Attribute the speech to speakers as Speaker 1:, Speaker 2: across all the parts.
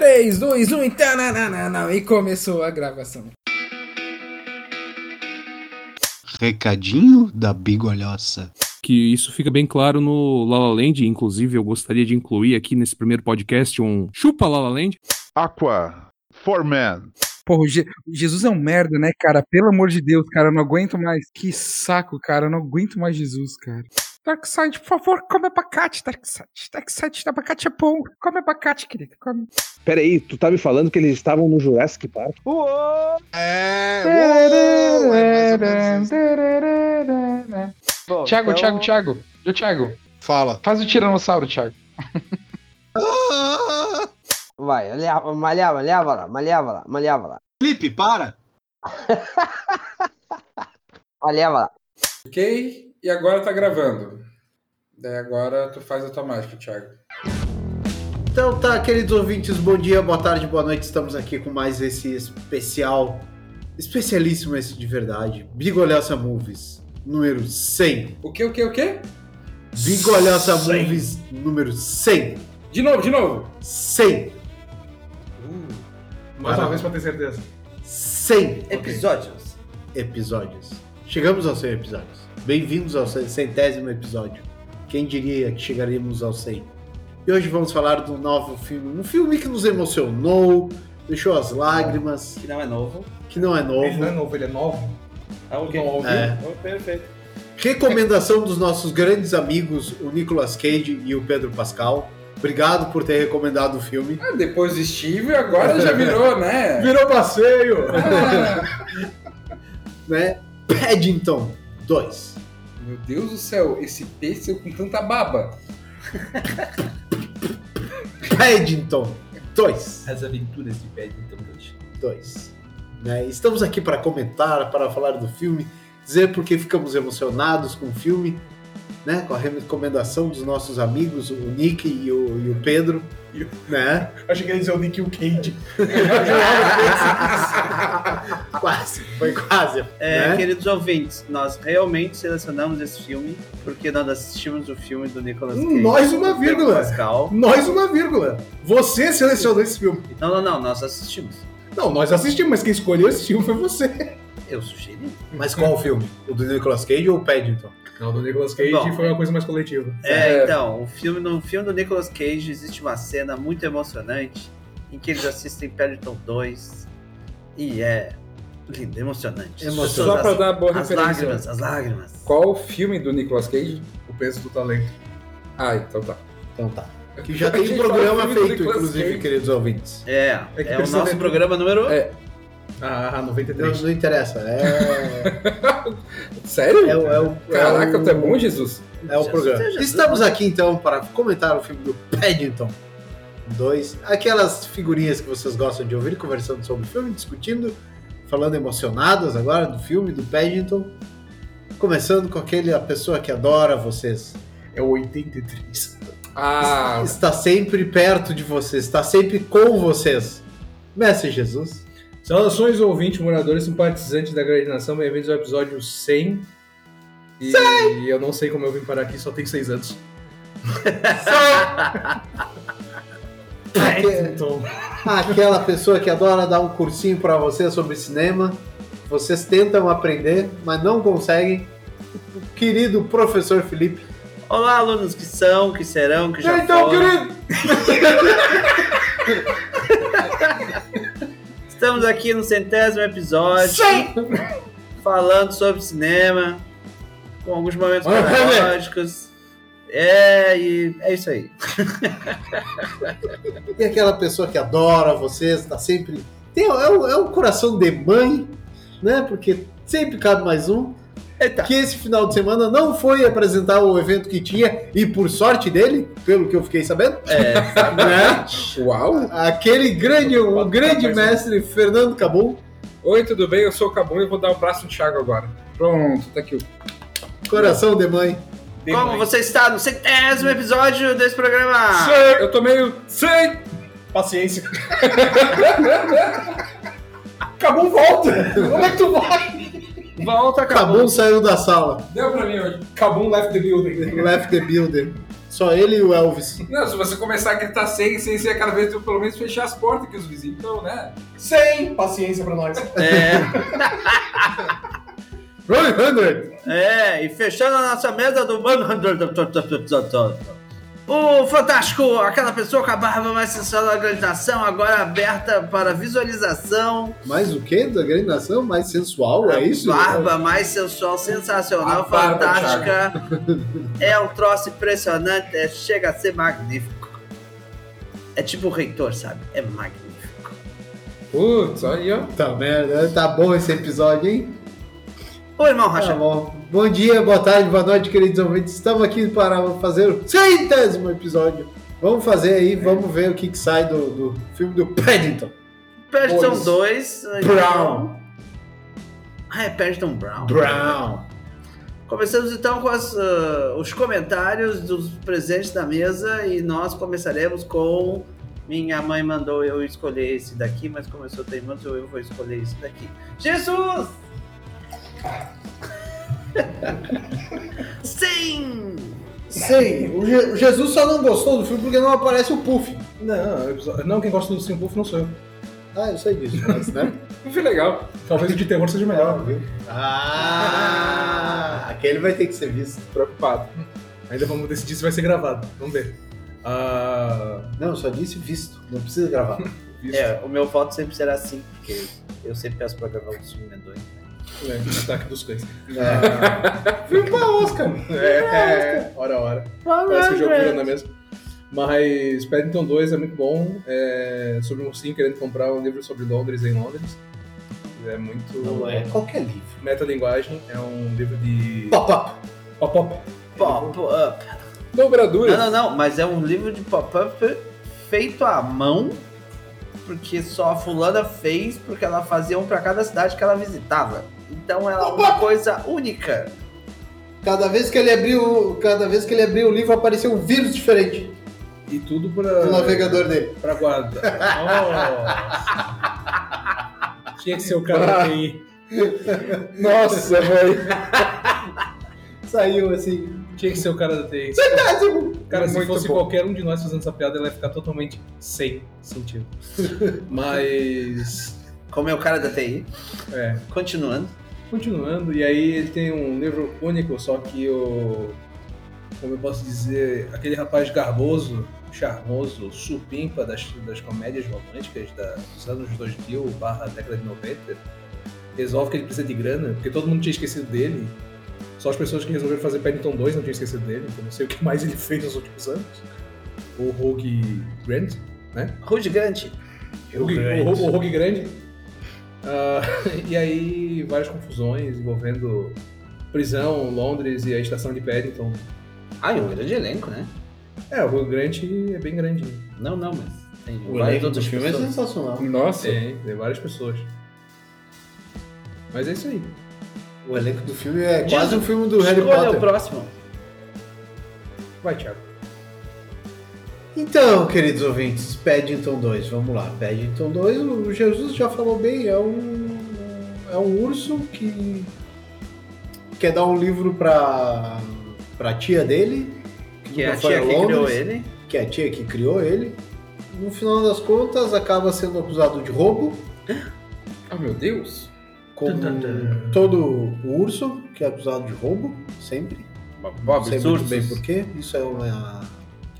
Speaker 1: 3, 2, 1 e
Speaker 2: tá,
Speaker 1: tananana, e começou a gravação.
Speaker 3: Recadinho da Bigolhosa.
Speaker 4: que isso fica bem claro no La La Land, inclusive eu gostaria de incluir aqui nesse primeiro podcast um chupa La La Land.
Speaker 5: Aqua, Foreman,
Speaker 6: Porra, o Je- o Jesus é um merda, né, cara? Pelo amor de Deus, cara, eu não aguento mais. Que saco, cara, eu não aguento mais Jesus, cara. Darkseid, por favor, come abacate, Darkseid. Darkseid, abacate é bom. Come abacate, querido, come.
Speaker 7: Peraí, tu tá me falando que eles estavam no Jurassic Park?
Speaker 3: É, uou, é mais ou menos isso.
Speaker 6: Tiago, Tiago, Tiago. Ô, Tiago,
Speaker 3: Fala.
Speaker 6: faz o tiranossauro, Tiago.
Speaker 3: Ah!
Speaker 8: Vai, olhava, malhava, olhava lá, malhava lá, malhava lá,
Speaker 3: Felipe, para.
Speaker 8: olhava lá.
Speaker 2: Ok, e agora tá gravando. Daí agora tu faz a tua mágica, Thiago.
Speaker 9: Então tá, queridos ouvintes, bom dia, boa tarde, boa noite. Estamos aqui com mais esse especial, especialíssimo esse de verdade, Bigolhosa Movies número 100.
Speaker 2: O que, o que, o que?
Speaker 9: Bigolhosa Movies número 100.
Speaker 2: De novo, de novo.
Speaker 9: 100.
Speaker 5: Mais uma vez pra ter certeza.
Speaker 9: 100
Speaker 8: Episódios.
Speaker 9: episódios. Chegamos aos 100 episódios. Bem-vindos ao centésimo episódio. Quem diria que chegaríamos ao 100? E hoje vamos falar do novo filme, um filme que nos emocionou, deixou as lágrimas,
Speaker 10: que não é novo.
Speaker 9: que não é novo.
Speaker 5: novo, ele é novo.
Speaker 10: É o que
Speaker 9: É.
Speaker 10: Perfeito.
Speaker 9: Recomendação dos nossos grandes amigos, o Nicolas Cage e o Pedro Pascal. Obrigado por ter recomendado o filme.
Speaker 2: Ah, depois do Steve, agora já virou, né?
Speaker 5: Virou passeio!
Speaker 2: Ah,
Speaker 9: Né? Paddington 2.
Speaker 2: meu Deus do céu, esse pêssego com tanta baba.
Speaker 9: Paddington 2.
Speaker 10: As aventuras de Paddington 2.
Speaker 9: 2. Né? Estamos aqui para comentar, para falar do filme, dizer por que ficamos emocionados com o filme, né? com a recomendação dos nossos amigos, o Nick e o, e o Pedro.
Speaker 5: E o-
Speaker 9: Né?
Speaker 5: Achei que ele dizia o Nick e o Cage.
Speaker 9: quase, foi quase.
Speaker 10: É,
Speaker 9: né?
Speaker 10: queridos ouvintes, nós realmente selecionamos esse filme porque nós assistimos o filme do Nicolas
Speaker 9: Hum,
Speaker 10: Cage.
Speaker 9: nós uma
Speaker 10: do Pedro
Speaker 9: vírgula.
Speaker 10: Pascal.
Speaker 9: Nós uma vírgula. Você selecionou esse filme.
Speaker 10: Não, não, não, nós assistimos.
Speaker 9: Não, nós assistimos, mas quem escolheu esse filme foi você.
Speaker 10: Eu sugeri.
Speaker 9: Mas qual o filme? O do Nicolas Cage ou o Paddington?
Speaker 5: Não, do Nicolas Cage
Speaker 10: Bom.
Speaker 5: foi uma coisa mais coletiva.
Speaker 10: É,
Speaker 2: É.
Speaker 10: então, o filme, no filme do Nicolas Cage existe uma cena muito emocionante em que eles assistem Paddington 2 e é lindo, emocionante.
Speaker 9: Emocionante.
Speaker 10: As pessoas-
Speaker 2: Só pra dar uma boa
Speaker 10: as
Speaker 2: referência.
Speaker 10: lágrimas, as lágrimas.
Speaker 2: Qual o filme do Nicolas Cage?
Speaker 5: O peso do talento.
Speaker 2: Ah, então tá.
Speaker 9: Então tá. Que já
Speaker 2: A
Speaker 9: tem um
Speaker 2: gente fala
Speaker 9: programa
Speaker 2: do filme do
Speaker 9: feito,
Speaker 2: Nicolas
Speaker 9: inclusive,
Speaker 2: Cage.
Speaker 9: queridos ouvintes.
Speaker 10: É,
Speaker 5: É que
Speaker 10: é o
Speaker 5: precisa
Speaker 10: nosso
Speaker 5: ver-
Speaker 10: programa número. um.
Speaker 2: É,
Speaker 5: Ah,
Speaker 9: Não,
Speaker 5: 93.
Speaker 9: não interessa. É,
Speaker 2: sério?
Speaker 9: é, o- é o, é
Speaker 2: Caraca,
Speaker 9: o,
Speaker 2: tu é bom, Jesus?
Speaker 9: é o programa.
Speaker 10: Jesus, Jesus.
Speaker 9: Estamos aqui então para comentar o filme do Paddington 2. Aquelas figurinhas que vocês gostam de ouvir, conversando sobre o filme, discutindo, falando emocionadas agora do filme do Paddington. Começando com aquele, a pessoa que adora vocês.
Speaker 5: É o 83.
Speaker 2: Ah,
Speaker 9: está sempre perto de vocês, está sempre com vocês. Mestre Jesus.
Speaker 11: Saudações, ouvintes, moradores, simpatizantes da Grande Nação, bem-vindos ao episódio 100. E, e eu não sei como eu vim parar aqui, só tem 6 anos.
Speaker 2: é
Speaker 9: Paddington. Aquela pessoa que adora dar um cursinho para vocês sobre cinema. Vocês tentam aprender, mas não conseguem. O querido professor Felipe.
Speaker 10: Olá, alunos que são, que serão, que já foram.
Speaker 9: Então, querido!
Speaker 10: Estamos aqui no centésimo episódio. Falando sobre cinema, com alguns momentos
Speaker 9: Olha,
Speaker 10: paradóxicos. É, e é isso aí.
Speaker 9: E aquela pessoa que adora vocês, está sempre. Tem, é, um, é um coração de mãe, né? Porque sempre cabe mais um.
Speaker 10: Eita.
Speaker 9: que esse final de semana não foi apresentar o evento que tinha, e por sorte dele, pelo que eu fiquei sabendo, né?
Speaker 2: uau!
Speaker 9: aquele grande, o grande mestre Fernando Cabum,
Speaker 2: Oi, tudo bem? Eu sou o Cabum e vou dar o braço no Thiago agora. Pronto, tá aqui o
Speaker 9: coração de mãe.
Speaker 10: Como você está no centésimo episódio desse programa?
Speaker 2: Eu tô meio. Sei!
Speaker 5: Paciência.
Speaker 2: Acabou, volta!
Speaker 10: Volta, acabou.
Speaker 9: Cabum saiu da sala,
Speaker 2: Deu pra mim hoje.
Speaker 5: Cabum left the building.
Speaker 9: left the building. Só ele e o Elvis.
Speaker 6: Não, se você começar a gritar 100, 100, 100 a cada vez, tu pelo menos fechar as portas que os vizinhos estão, né? 100! Paciência pra nós.
Speaker 10: É,
Speaker 9: 100!
Speaker 10: é, e fechando a nossa mesa do Mano O Fantástico, aquela pessoa com a barba mais sensual da acreditação, agora aberta para visualização.
Speaker 9: Mais o quê? Da grande nação? Mais sensual? É isso?
Speaker 10: Barba mais sensual,
Speaker 6: A
Speaker 10: sensacional,
Speaker 6: barba,
Speaker 10: fantástica. É um troço impressionante, é- chega a ser magnífico. É tipo o reitor, sabe? É magnífico.
Speaker 6: Putz, aí, ó.
Speaker 9: Tá merda, tá bom esse episódio, hein?
Speaker 10: Ô irmão
Speaker 6: É,
Speaker 9: Tá
Speaker 10: Racha,
Speaker 9: bom. Bom dia, boa tarde, boa noite, queridos ouvintes. Estamos aqui para fazer o centésimo episódio. Vamos fazer aí, vamos ver o que, que sai do, do filme do Paddington.
Speaker 10: Paddington
Speaker 6: Pois.
Speaker 10: 2.
Speaker 9: Brown.
Speaker 10: então- Ah, é Paddington Brown.
Speaker 9: Brown.
Speaker 10: Começamos então com as, ah, os comentários dos presentes da mesa e nós começaremos com. Minha mãe mandou eu escolher esse daqui, mas como eu sou teimoso, eu vou escolher esse daqui. Jesus! Sim!
Speaker 9: Sim, o Je- o Jesus só não gostou do filme porque não aparece o Puff.
Speaker 3: Não, episódio- não, quem gosta do Sim Puff não sou eu.
Speaker 9: Ah, eu sei disso, mas, né?
Speaker 6: Foi um legal.
Speaker 3: Talvez o de terror seja melhor.
Speaker 9: viu? Ah, aquele vai ter que ser visto.
Speaker 6: Preocupado.
Speaker 3: Ainda vamos decidir se vai ser gravado. Vamos ver. Ah,
Speaker 9: Não, só disse visto, não precisa gravar.
Speaker 3: visto.
Speaker 10: É, o meu voto sempre será assim, porque eu sempre peço pra gravar um filme é doido.
Speaker 3: É, ataque dos cães.
Speaker 9: É.
Speaker 3: Filme pra Oscar. É, hora, hora. Parece que o jogo virou na mesa. Mas Paddington 2 é muito bom. É sobre um ursinho querendo comprar um livro sobre Londres em Londres. É muito.
Speaker 9: Não é qualquer livro.
Speaker 3: Metalinguagem. É um livro de.
Speaker 9: Pop-up.
Speaker 3: Pop-up.
Speaker 10: Pop up. Não,
Speaker 6: Dobradura.
Speaker 10: não, não, mas é um livro de pop-up feito à mão, porque só a fulana fez, porque ela fazia um pra cada cidade que ela visitava. Então ela é uma coisa única.
Speaker 9: Cada vez que ele abriu, cada vez que ele abriu o livro apareceu um vírus diferente
Speaker 3: E tudo
Speaker 9: no
Speaker 3: pra,
Speaker 9: navegador dele.
Speaker 3: pra guardar. Nossa. Tinha que ser o cara da TI.
Speaker 12: Nossa, velho.
Speaker 9: Saiu assim.
Speaker 3: Tinha que ser o cara da TI. Cara, se
Speaker 6: Muito
Speaker 3: fosse
Speaker 6: bom.
Speaker 3: qualquer um de nós fazendo essa piada, ela ia ficar totalmente sem sentido. Mas.
Speaker 10: Como é o cara da TI.
Speaker 3: É.
Speaker 10: Continuando.
Speaker 3: Continuando, e aí ele tem um livro único, só que o. Como eu posso dizer, aquele rapaz garboso, charmoso, supimpa das, das comédias românticas da- dos anos 2000 barra década de 90, resolve que ele precisa de grana, porque todo mundo tinha esquecido dele. Só as pessoas que resolveram fazer Paddington 2 não tinham esquecido dele, então não sei o que mais ele fez nos últimos anos. O Rogue Grant,
Speaker 10: Rude Grant.
Speaker 3: o Rogue Grande. O, Rogue Grande. Ah, e aí, várias confusões envolvendo prisão, Londres e a estação de Paddington.
Speaker 10: Ah, e um grande elenco, né?
Speaker 3: É, o Rogue Grande é bem grande.
Speaker 10: Não, não, mas tem
Speaker 9: O
Speaker 10: vários
Speaker 9: elenco
Speaker 10: outros
Speaker 9: do filme é
Speaker 10: filmes.
Speaker 9: sensacional.
Speaker 6: Nossa.
Speaker 3: Tem, tem várias pessoas. Mas é isso aí.
Speaker 9: O elenco do filme é
Speaker 10: Diz-
Speaker 9: quase o filme do Harry
Speaker 10: Escolha o
Speaker 9: Potter.
Speaker 10: próximo.
Speaker 3: Vai, Thiago.
Speaker 9: Então, queridos ouvintes, Paddington 2, vamos lá. Paddington 2, o Jesus já falou bem, é um é um urso que quer dar um livro pra pra tia dele,
Speaker 10: Que é
Speaker 9: nunca
Speaker 10: a
Speaker 9: foi
Speaker 10: tia que
Speaker 9: Londres,
Speaker 10: criou ele.
Speaker 9: que é a tia que criou ele. No final das contas, acaba sendo acusado de roubo,
Speaker 6: Ah, meu Deus.
Speaker 9: como
Speaker 10: Tum, tum, tum.
Speaker 9: todo urso que é acusado de roubo, sempre. Não
Speaker 6: Bob,
Speaker 9: sei muito bem por quê. Isso é uma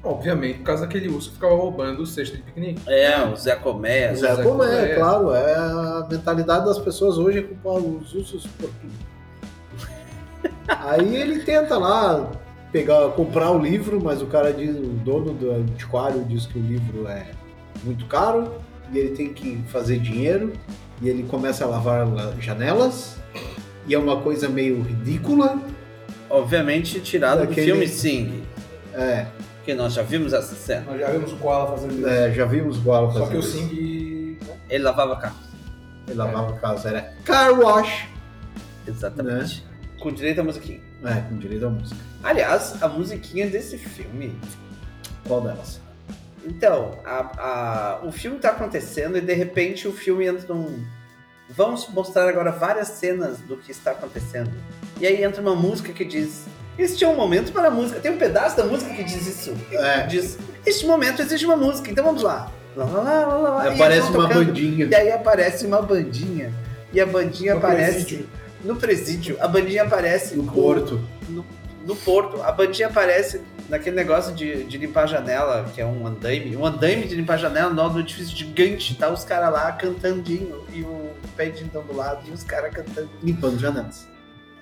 Speaker 3: Obviamente, por causa daquele urso que ficava roubando o cesto de piquenique.
Speaker 10: É, o Zé Coméia.
Speaker 9: Mas é
Speaker 3: Zé
Speaker 9: como é,
Speaker 3: Colmeia.
Speaker 9: claro, é a mentalidade das pessoas hoje é culpar os ursos por tudo. Aí ele tenta lá pegar, comprar o livro, mas o cara diz, o dono do antiquário diz que o livro é muito caro e ele tem que fazer dinheiro e ele começa a lavar la- janelas e é uma coisa meio ridícula.
Speaker 10: Obviamente tirado
Speaker 9: Daquele-
Speaker 10: do filme Sing,
Speaker 9: É,
Speaker 10: que nós já vimos essa cena.
Speaker 3: Nós já vimos o Koala fazendo isso.
Speaker 9: é, já vimos o Alan
Speaker 3: Só
Speaker 9: fazer
Speaker 3: que o
Speaker 9: isso.
Speaker 3: Sing.
Speaker 10: Ele lavava carro.
Speaker 9: Ele lavava a casa, era car wash,
Speaker 10: Exatamente.
Speaker 9: Né?
Speaker 10: Com direito à musiquinha.
Speaker 9: é, com direito à música.
Speaker 10: Aliás, a musiquinha desse filme.
Speaker 9: Qual delas?
Speaker 10: Então, a- a- o filme tá acontecendo e de repente o filme entra num. Vamos mostrar agora várias cenas do que está acontecendo. E aí entra uma música que diz Este é um momento para a música. Tem um pedaço da música que diz isso.
Speaker 9: É.
Speaker 10: Diz, este momento existe uma música, então vamos lá. Lá, lá, lá, lá, lá, e eles
Speaker 9: Aparece
Speaker 10: vão
Speaker 9: É, uma
Speaker 10: tocando.
Speaker 9: bandinha.
Speaker 10: E aí aparece uma bandinha. E a bandinha
Speaker 9: No
Speaker 10: aparece
Speaker 9: presídio.
Speaker 10: no presídio. A bandinha aparece no
Speaker 9: Porto.
Speaker 10: no porto. A bandinha aparece naquele negócio de, de limpar a janela, que é um andaime. Um andaime de limpar a janela no no edifício gigante. Tá os caras lá cantandinho e o Paddington do lado e os caras cantando.
Speaker 9: Limpando janelas.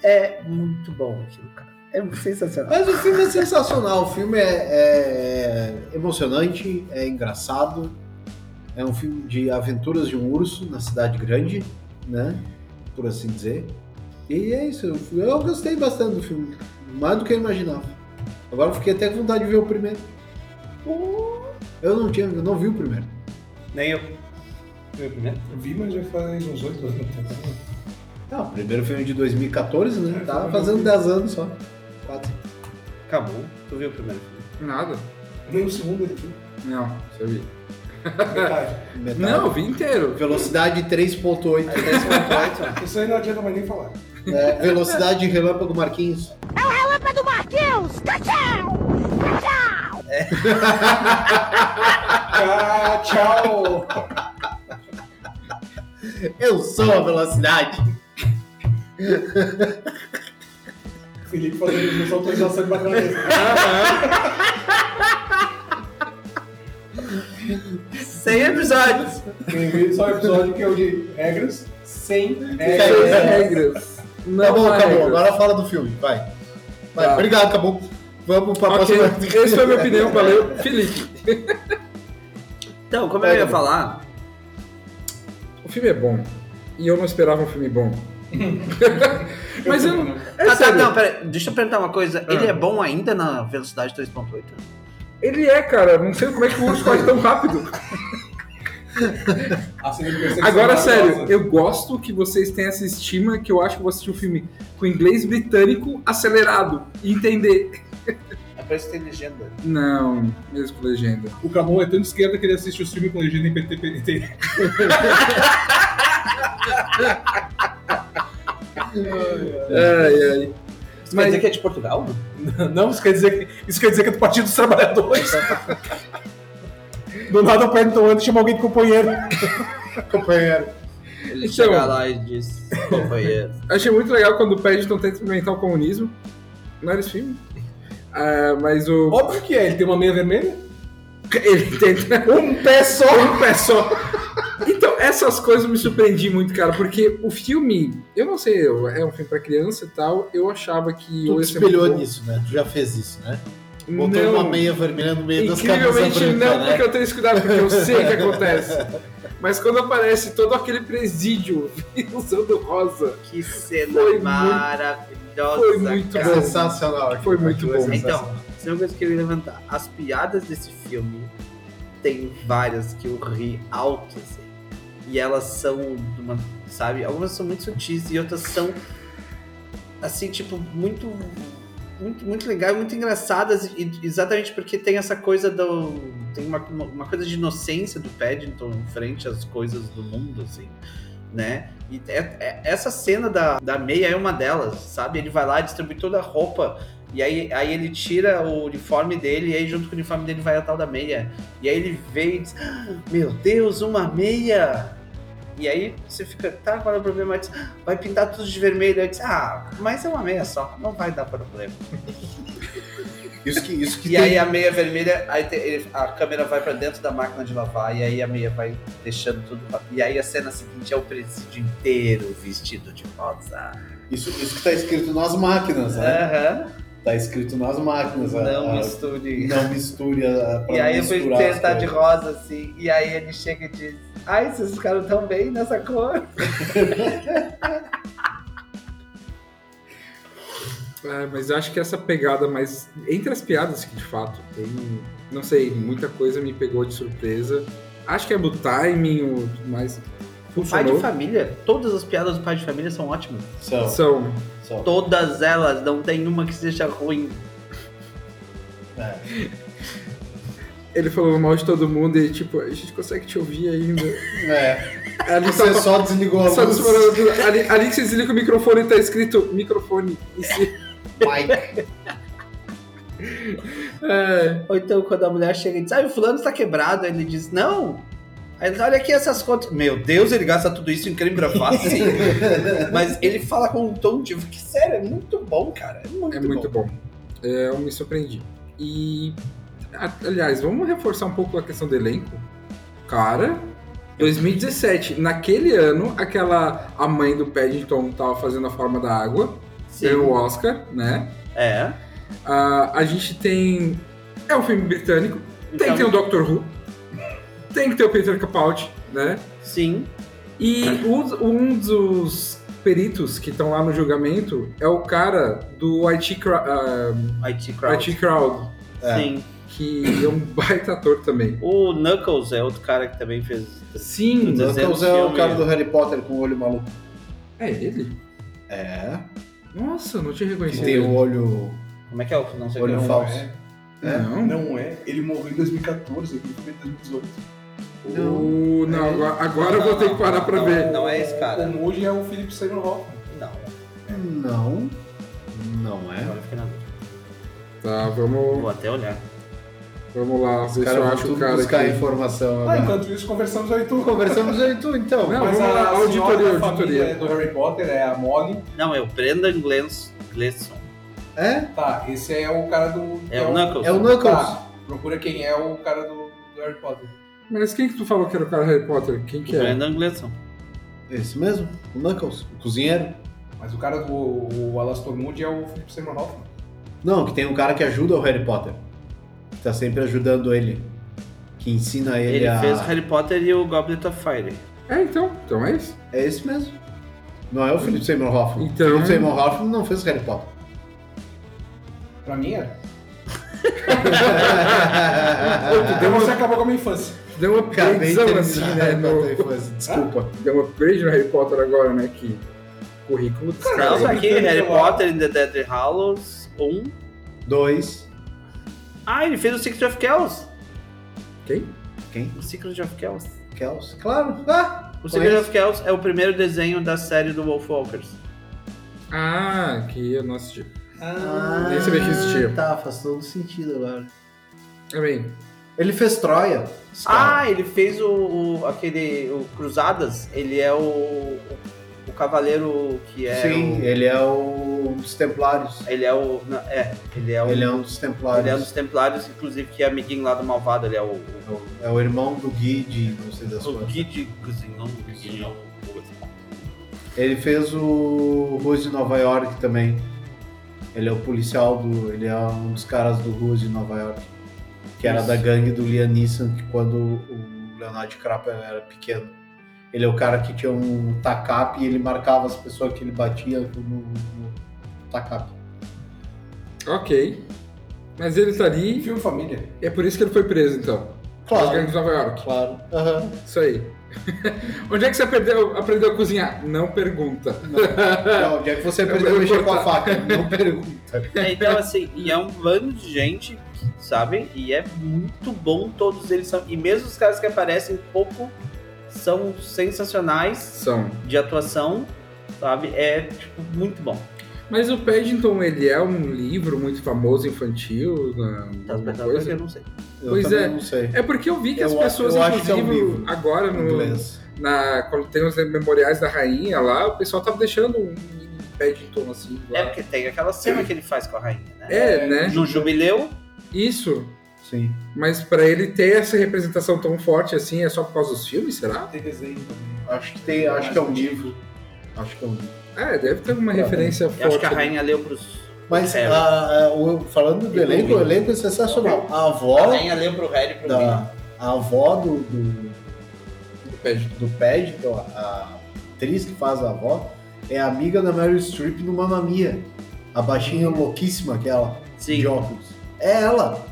Speaker 10: É muito bom aquilo, cara. É sensacional.
Speaker 9: Mas o filme é sensacional. O filme é, é emocionante, é engraçado. É um filme de aventuras de um urso na cidade grande, né? Por assim dizer. E é isso. Eu, fui- eu gostei bastante do filme. Mais do que eu imaginava. Agora eu fiquei até com vontade de ver o primeiro.
Speaker 10: Oh.
Speaker 9: Eu não tinha, eu não vi o primeiro.
Speaker 10: Nem eu.
Speaker 11: Eu vi, mas já faz uns 8 anos.
Speaker 9: Tá, o primeiro filme de 2014, né? Tava fazendo 10 anos só. Quatro.
Speaker 10: Acabou. Tu viu o primeiro
Speaker 6: Nada.
Speaker 11: Nem o segundo ele viu.
Speaker 6: Não, você viu.
Speaker 9: Metade.
Speaker 6: Não, eu vi inteiro.
Speaker 9: Velocidade 3.8.
Speaker 11: Isso aí não adianta mais nem falar.
Speaker 9: É, velocidade relâmpago Marquinhos.
Speaker 13: do Marquinhos!
Speaker 9: Ah, tchau! Eu sou a velocidade!
Speaker 2: Felipe fazendo isso, autorização de bater na mesa.
Speaker 10: Sem episódios.
Speaker 2: Tem só um episódio que é o de regras. Sem
Speaker 10: É.
Speaker 9: Sem
Speaker 6: É,
Speaker 2: regras.
Speaker 9: tá bom,
Speaker 2: há
Speaker 9: acabou.
Speaker 2: regras.
Speaker 9: Agora fala do filme, vai. Vai,
Speaker 6: Tá.
Speaker 9: Obrigado, acabou. Vamos pra
Speaker 6: Ok, é
Speaker 9: próxima.
Speaker 6: Essa foi a minha opinião, valeu. Felipe.
Speaker 10: Então, como eu ia falar,
Speaker 6: O filme é bom. E eu não esperava um filme bom. Mas eu não. É
Speaker 10: Ah, tá,
Speaker 6: sério.
Speaker 10: não, pera, deixa eu perguntar uma coisa. Ele é bom ainda na velocidade 3.8?
Speaker 6: Ele é, cara. Não sei como é que o urso corre tão rápido. Agora, sério, eu gosto que vocês tenham essa estima que eu acho que eu vou assistir um filme com inglês britânico acelerado e entender.
Speaker 10: É pra isso que tem legenda.
Speaker 6: Não, mesmo com legenda.
Speaker 11: O Camon é tão de esquerda que ele assiste o filme com legenda em PTPT.
Speaker 6: Ai, ai.
Speaker 11: Isso quer dizer que é de Portugal? Não, isso quer dizer que, isso quer dizer que é do Partido dos Trabalhadores. do nada o Paddington Anderson chama alguém de companheiro.
Speaker 9: companheiro.
Speaker 10: Ele
Speaker 6: Então-
Speaker 10: chega lá e diz, companheiro.
Speaker 6: Achei muito legal quando o Paddington tenta experimentar o comunismo. Não era esse filme? Ah, mas o.
Speaker 11: Óbvio que é, ele tem uma meia vermelha.
Speaker 6: Ele tenta.
Speaker 11: Um pé só!
Speaker 6: Um pé só! Então, essas coisas me surpreendi muito, cara, porque o filme, eu não sei, é um filme pra criança e tal, eu achava que eu ia
Speaker 9: Tu te
Speaker 6: ser muito
Speaker 9: espelhou
Speaker 6: bom.
Speaker 9: nisso, né? Tu já fez isso, né?
Speaker 6: Não.
Speaker 9: Botou uma meia vermelha no meio das camisas
Speaker 6: Incrivelmente
Speaker 9: brancas,
Speaker 6: não,
Speaker 9: né?
Speaker 6: porque eu tenho esse cuidado, porque eu sei o que acontece. Mas quando aparece todo aquele presídio usando rosa,
Speaker 10: Que cena
Speaker 6: Foi muito-
Speaker 10: maravilhosa.
Speaker 6: foi muito
Speaker 10: cara.
Speaker 6: bom.
Speaker 9: É Sensacional. aquilo,
Speaker 6: Foi muito
Speaker 9: aquilo é
Speaker 6: bom.
Speaker 9: sensacional.
Speaker 10: Então, isso é uma coisa que eu queria levantar. As piadas desse filme tem várias que eu ri alto, assim. E elas são, de uma, sabe? Algumas são muito sutis e outras são, assim, tipo, muito. Muito, muito legais, muito engraçadas, e- exatamente porque tem essa coisa do. Tem uma, uma, uma coisa de inocência do Paddington frente às coisas do mundo, assim, né? E é- é- essa cena da, da meia é uma delas, sabe? Ele vai lá, distribui toda a roupa e aí, aí ele tira o uniforme dele, e aí junto com o uniforme dele vai a tal da meia. E aí ele vê e diz, "Ah, meu Deus, uma meia! E aí você fica, tá, qual é o problema? Aí diz, "Ah, vai pintar tudo de vermelho. Aí diz, ah, mas é uma meia só, não vai dar problema.
Speaker 9: Isso que, isso que
Speaker 10: E
Speaker 9: tem-
Speaker 10: aí a meia vermelha, aí te- ele- a câmera vai pra dentro da máquina de lavar, e aí a meia vai deixando tudo. pra- E aí a cena seguinte é o presídio inteiro vestido de rosa.
Speaker 9: Isso, isso que tá escrito nas máquinas, né?
Speaker 10: Aham.
Speaker 9: Tá escrito nas máquinas. a-
Speaker 10: é. Não
Speaker 9: a-
Speaker 10: misture.
Speaker 9: Ah, Não misture. a- pra
Speaker 10: E
Speaker 9: não
Speaker 10: aí eu fui
Speaker 9: misturar as
Speaker 10: tentar de
Speaker 9: coisas.
Speaker 10: rosa, assim. E aí ele chega e diz: Ai, vocês ficaram tão bem nessa cor.
Speaker 6: É, mas eu acho que essa pegada mais. Entre as piadas que de fato tem. Não sei, muita coisa me pegou de surpresa. Acho que é do timing, o mais.
Speaker 10: Pai de
Speaker 6: Funcionou.
Speaker 10: família, todas as piadas do pai de família são ótimas.
Speaker 9: São.
Speaker 6: São.
Speaker 9: são.
Speaker 10: Todas elas, não tem uma que seja ruim.
Speaker 9: É.
Speaker 6: Ele falou mal de todo mundo e tipo, a gente consegue te ouvir ainda.
Speaker 9: É.
Speaker 6: Ali
Speaker 9: Você
Speaker 6: tá-
Speaker 9: só desligou a
Speaker 6: só
Speaker 9: luz.
Speaker 6: desmorona tudo. ali, ali que você desliga o microfone tá escrito microfone. em cima.
Speaker 9: Spike.
Speaker 10: É, Ou então quando a mulher chega e diz, ah, o fulano está quebrado, ele diz, não. Aí ele, olha aqui essas contas. Meu Deus, ele gasta tudo isso em creme pra face. Mas ele fala com um tom de. Que sério, é muito bom, cara. É muito,
Speaker 6: É muito bom. É, eu me surpreendi. E. a- Aliás, vamos reforçar um pouco a questão do elenco. Cara, 2017, naquele ano, aquela. A mãe do Paddington tava fazendo a forma da água.
Speaker 10: Sim.
Speaker 6: Ganhou o Oscar, né?
Speaker 10: É.
Speaker 6: a gente tem. É um filme britânico. Tem
Speaker 10: um Então,
Speaker 6: que ter o Doctor Who. Tem que ter o Peter Capaldi, né?
Speaker 10: Sim.
Speaker 6: E os- um dos peritos que estão lá no julgamento é o cara do IT, Cra- ah,
Speaker 10: IT Crowd.
Speaker 6: IT Crowd. É.
Speaker 10: Sim.
Speaker 6: Que é um baita ator também.
Speaker 10: O Knuckles é outro cara que também fez.
Speaker 6: Sim,
Speaker 10: fez
Speaker 9: Knuckles é o
Speaker 10: filme.
Speaker 9: cara do Harry Potter com o olho maluco.
Speaker 6: É ele?
Speaker 9: É.
Speaker 6: Nossa, não tinha
Speaker 9: Que
Speaker 6: reconhecido.
Speaker 9: tem
Speaker 6: ele.
Speaker 9: o olho.
Speaker 10: Como é que é o. Não sei
Speaker 9: Olho
Speaker 10: qual é o-
Speaker 9: falso.
Speaker 6: Não.
Speaker 3: Não é. Ele morreu em 2014, aquele filme é de 2018.
Speaker 6: O- não,
Speaker 9: É
Speaker 6: agora, agora eu vou ter que parar pra
Speaker 3: Não,
Speaker 6: ver.
Speaker 10: Não é esse cara.
Speaker 3: Como hoje é o Philip Seymour Hoffman.
Speaker 10: é? Não.
Speaker 9: Não. Não
Speaker 10: Agora
Speaker 9: é.
Speaker 10: eu fiquei na dúvida.
Speaker 6: Tá, vamos,
Speaker 10: Vou até olhar.
Speaker 6: vamos lá, ver
Speaker 9: Os
Speaker 6: se eu
Speaker 9: caras
Speaker 6: acho
Speaker 9: vão
Speaker 6: o
Speaker 9: tudo
Speaker 6: cara
Speaker 9: buscar
Speaker 6: aqui.
Speaker 9: informação
Speaker 3: Ah,
Speaker 9: agora.
Speaker 3: enquanto isso, conversamos aí tu.
Speaker 9: Conversamos eu e tu, então.
Speaker 6: Não,
Speaker 3: Mas
Speaker 6: vamos lá,
Speaker 3: a
Speaker 6: auditoria,
Speaker 3: senhora da família
Speaker 6: auditoria.
Speaker 3: do Harry Potter é a Molly.
Speaker 10: Não, é o Brendan Glens- Gleeson.
Speaker 9: É?
Speaker 3: Tá, esse é o cara do.
Speaker 10: É o Knuckles.
Speaker 9: É o Knuckles.
Speaker 3: Tá, procura quem é o cara do, do Harry Potter.
Speaker 6: Mas quem que tu falou que era o cara do Harry Potter? Quem
Speaker 10: O
Speaker 6: que é?
Speaker 3: Uhum.
Speaker 10: Brendan Gleeson.
Speaker 9: Esse mesmo? O Knuckles, o cozinheiro.
Speaker 3: Mas o cara do o Alastor Moody é o Philip Seymour Hoffman.
Speaker 9: Não, que tem um cara que ajuda o Harry Potter. Que tá sempre ajudando ele. Que ensina ele, é
Speaker 10: Ele
Speaker 9: a.
Speaker 10: fez Harry Potter e o Goblet of Fire.
Speaker 6: É, então. Então é isso.
Speaker 9: É esse mesmo. Não é o Philip Seymour Hoffman.
Speaker 6: Então-
Speaker 9: O Philip Seymour Hoffman não fez Harry Potter.
Speaker 3: Pra mim era.
Speaker 6: Deu uma-
Speaker 3: Você acabou com a minha infância.
Speaker 6: Deu uma
Speaker 9: Acabei de
Speaker 6: upgradezão
Speaker 9: terminar
Speaker 6: assim, né?
Speaker 9: Harry
Speaker 6: no-
Speaker 9: Potter e faz- Desculpa.
Speaker 6: Deu um upgrade no Harry Potter agora, né? Que currículo dos
Speaker 10: Não,
Speaker 6: caras.
Speaker 10: isso aqui,
Speaker 3: Britânico
Speaker 10: Harry
Speaker 3: lá.
Speaker 10: Potter and the Deadly Hallows 1.
Speaker 9: Dois.
Speaker 10: Ah, ele fez o Secret of Chaos.
Speaker 6: Quem?
Speaker 9: Quem?
Speaker 10: O Secret of Chaos.
Speaker 9: Kels. Claro. Ah,
Speaker 10: O Secret
Speaker 9: conheço.
Speaker 10: of Chaos é o primeiro desenho da série do Wolfwalkers.
Speaker 6: Ah, que é nosso tipo.
Speaker 9: Ah,
Speaker 6: Nem sabia que existia.
Speaker 9: Tá, faz todo sentido agora.
Speaker 6: É bem.
Speaker 9: Ele fez Troia. esse cara.
Speaker 10: Ah, ele fez o, o- aquele o Cruzadas. Ele é o, o, o cavaleiro que é.
Speaker 9: Sim,
Speaker 10: o-
Speaker 9: ele é o um dos Templários.
Speaker 10: ele é o. não, é, ele é o.
Speaker 9: Ele é um dos Templários.
Speaker 10: ele é um dos Templários, inclusive, que é amiguinho lá do Malvado. Ele é o. o,
Speaker 9: É o irmão do Guide, não sei das
Speaker 10: o
Speaker 9: coisas.
Speaker 10: Guide Cozinhão. Cozinhão, algo assim.
Speaker 9: Ele fez o Ruas de Nova York também. Ele é o policial do. Ele é um dos caras do Ruas de Nova York. Que era
Speaker 6: Isso.
Speaker 9: da gangue do Liam Neeson, que quando o Leonardo DiCaprio era pequeno. Ele é o cara que tinha um tacape e ele marcava as pessoas que ele batia no, no tacape.
Speaker 6: Ok. Mas ele tá
Speaker 3: E
Speaker 6: ali,
Speaker 3: filme Família.
Speaker 6: é por isso que ele foi preso, então. Os gangues de Nova York.
Speaker 9: claro. Aham.
Speaker 6: Isso aí. Onde é que você aprendeu, aprendeu a cozinhar? Não pergunta.
Speaker 9: Não, onde é que você aprendeu a mexer com a faca? Não pergunta.
Speaker 10: É, Então, assim, e é um bando de gente, sabe? E é muito bom, todos eles são. E mesmo os caras que aparecem pouco são sensacionais
Speaker 6: São.
Speaker 10: de atuação, sabe? É, tipo, muito bom.
Speaker 6: Mas o Paddington, ele é um livro muito famoso, infantil, né?
Speaker 10: Tá
Speaker 6: alguma
Speaker 10: apertado
Speaker 6: coisa?
Speaker 10: porque eu não sei.
Speaker 9: Eu
Speaker 6: Pois
Speaker 9: também
Speaker 6: é.
Speaker 9: Não sei.
Speaker 6: É porque eu vi que
Speaker 9: Eu
Speaker 6: as
Speaker 9: acho-
Speaker 6: pessoas,
Speaker 9: eu acho que é um
Speaker 6: inclusive,
Speaker 9: livro.
Speaker 6: agora
Speaker 9: Em
Speaker 6: no,
Speaker 9: Inglês.
Speaker 6: na, quando tem os memoriais da rainha lá, o pessoal tava deixando um mini Paddington assim. Lá.
Speaker 10: É porque tem aquela cena que ele faz com a rainha, né?
Speaker 6: É, né?
Speaker 10: No jubileu,
Speaker 6: Isso.
Speaker 9: Sim.
Speaker 6: Mas pra ele ter essa representação tão forte assim, é só por causa dos filmes, será?
Speaker 3: Tem desenho também.
Speaker 9: Acho que tem. Acho que é um livro. Acho que é um livro.
Speaker 6: É, deve ter alguma
Speaker 9: Claro.
Speaker 6: referência
Speaker 10: eu acho
Speaker 6: forte.
Speaker 10: que a
Speaker 6: né?
Speaker 10: rainha leu pros.
Speaker 9: Mas
Speaker 10: É.
Speaker 9: a- a- o- falando do elenco, o elenco é sensacional. A
Speaker 10: A
Speaker 9: avó
Speaker 10: rainha leu pro Harry e pro Ron.
Speaker 9: da. A avó do, do,
Speaker 6: Do Paddington.
Speaker 9: do Paddington, a atriz que faz a avó, é amiga da Meryl Streep no Mamma Mia. A baixinha louquíssima aquela,
Speaker 10: Sim.
Speaker 9: de óculos. É ela.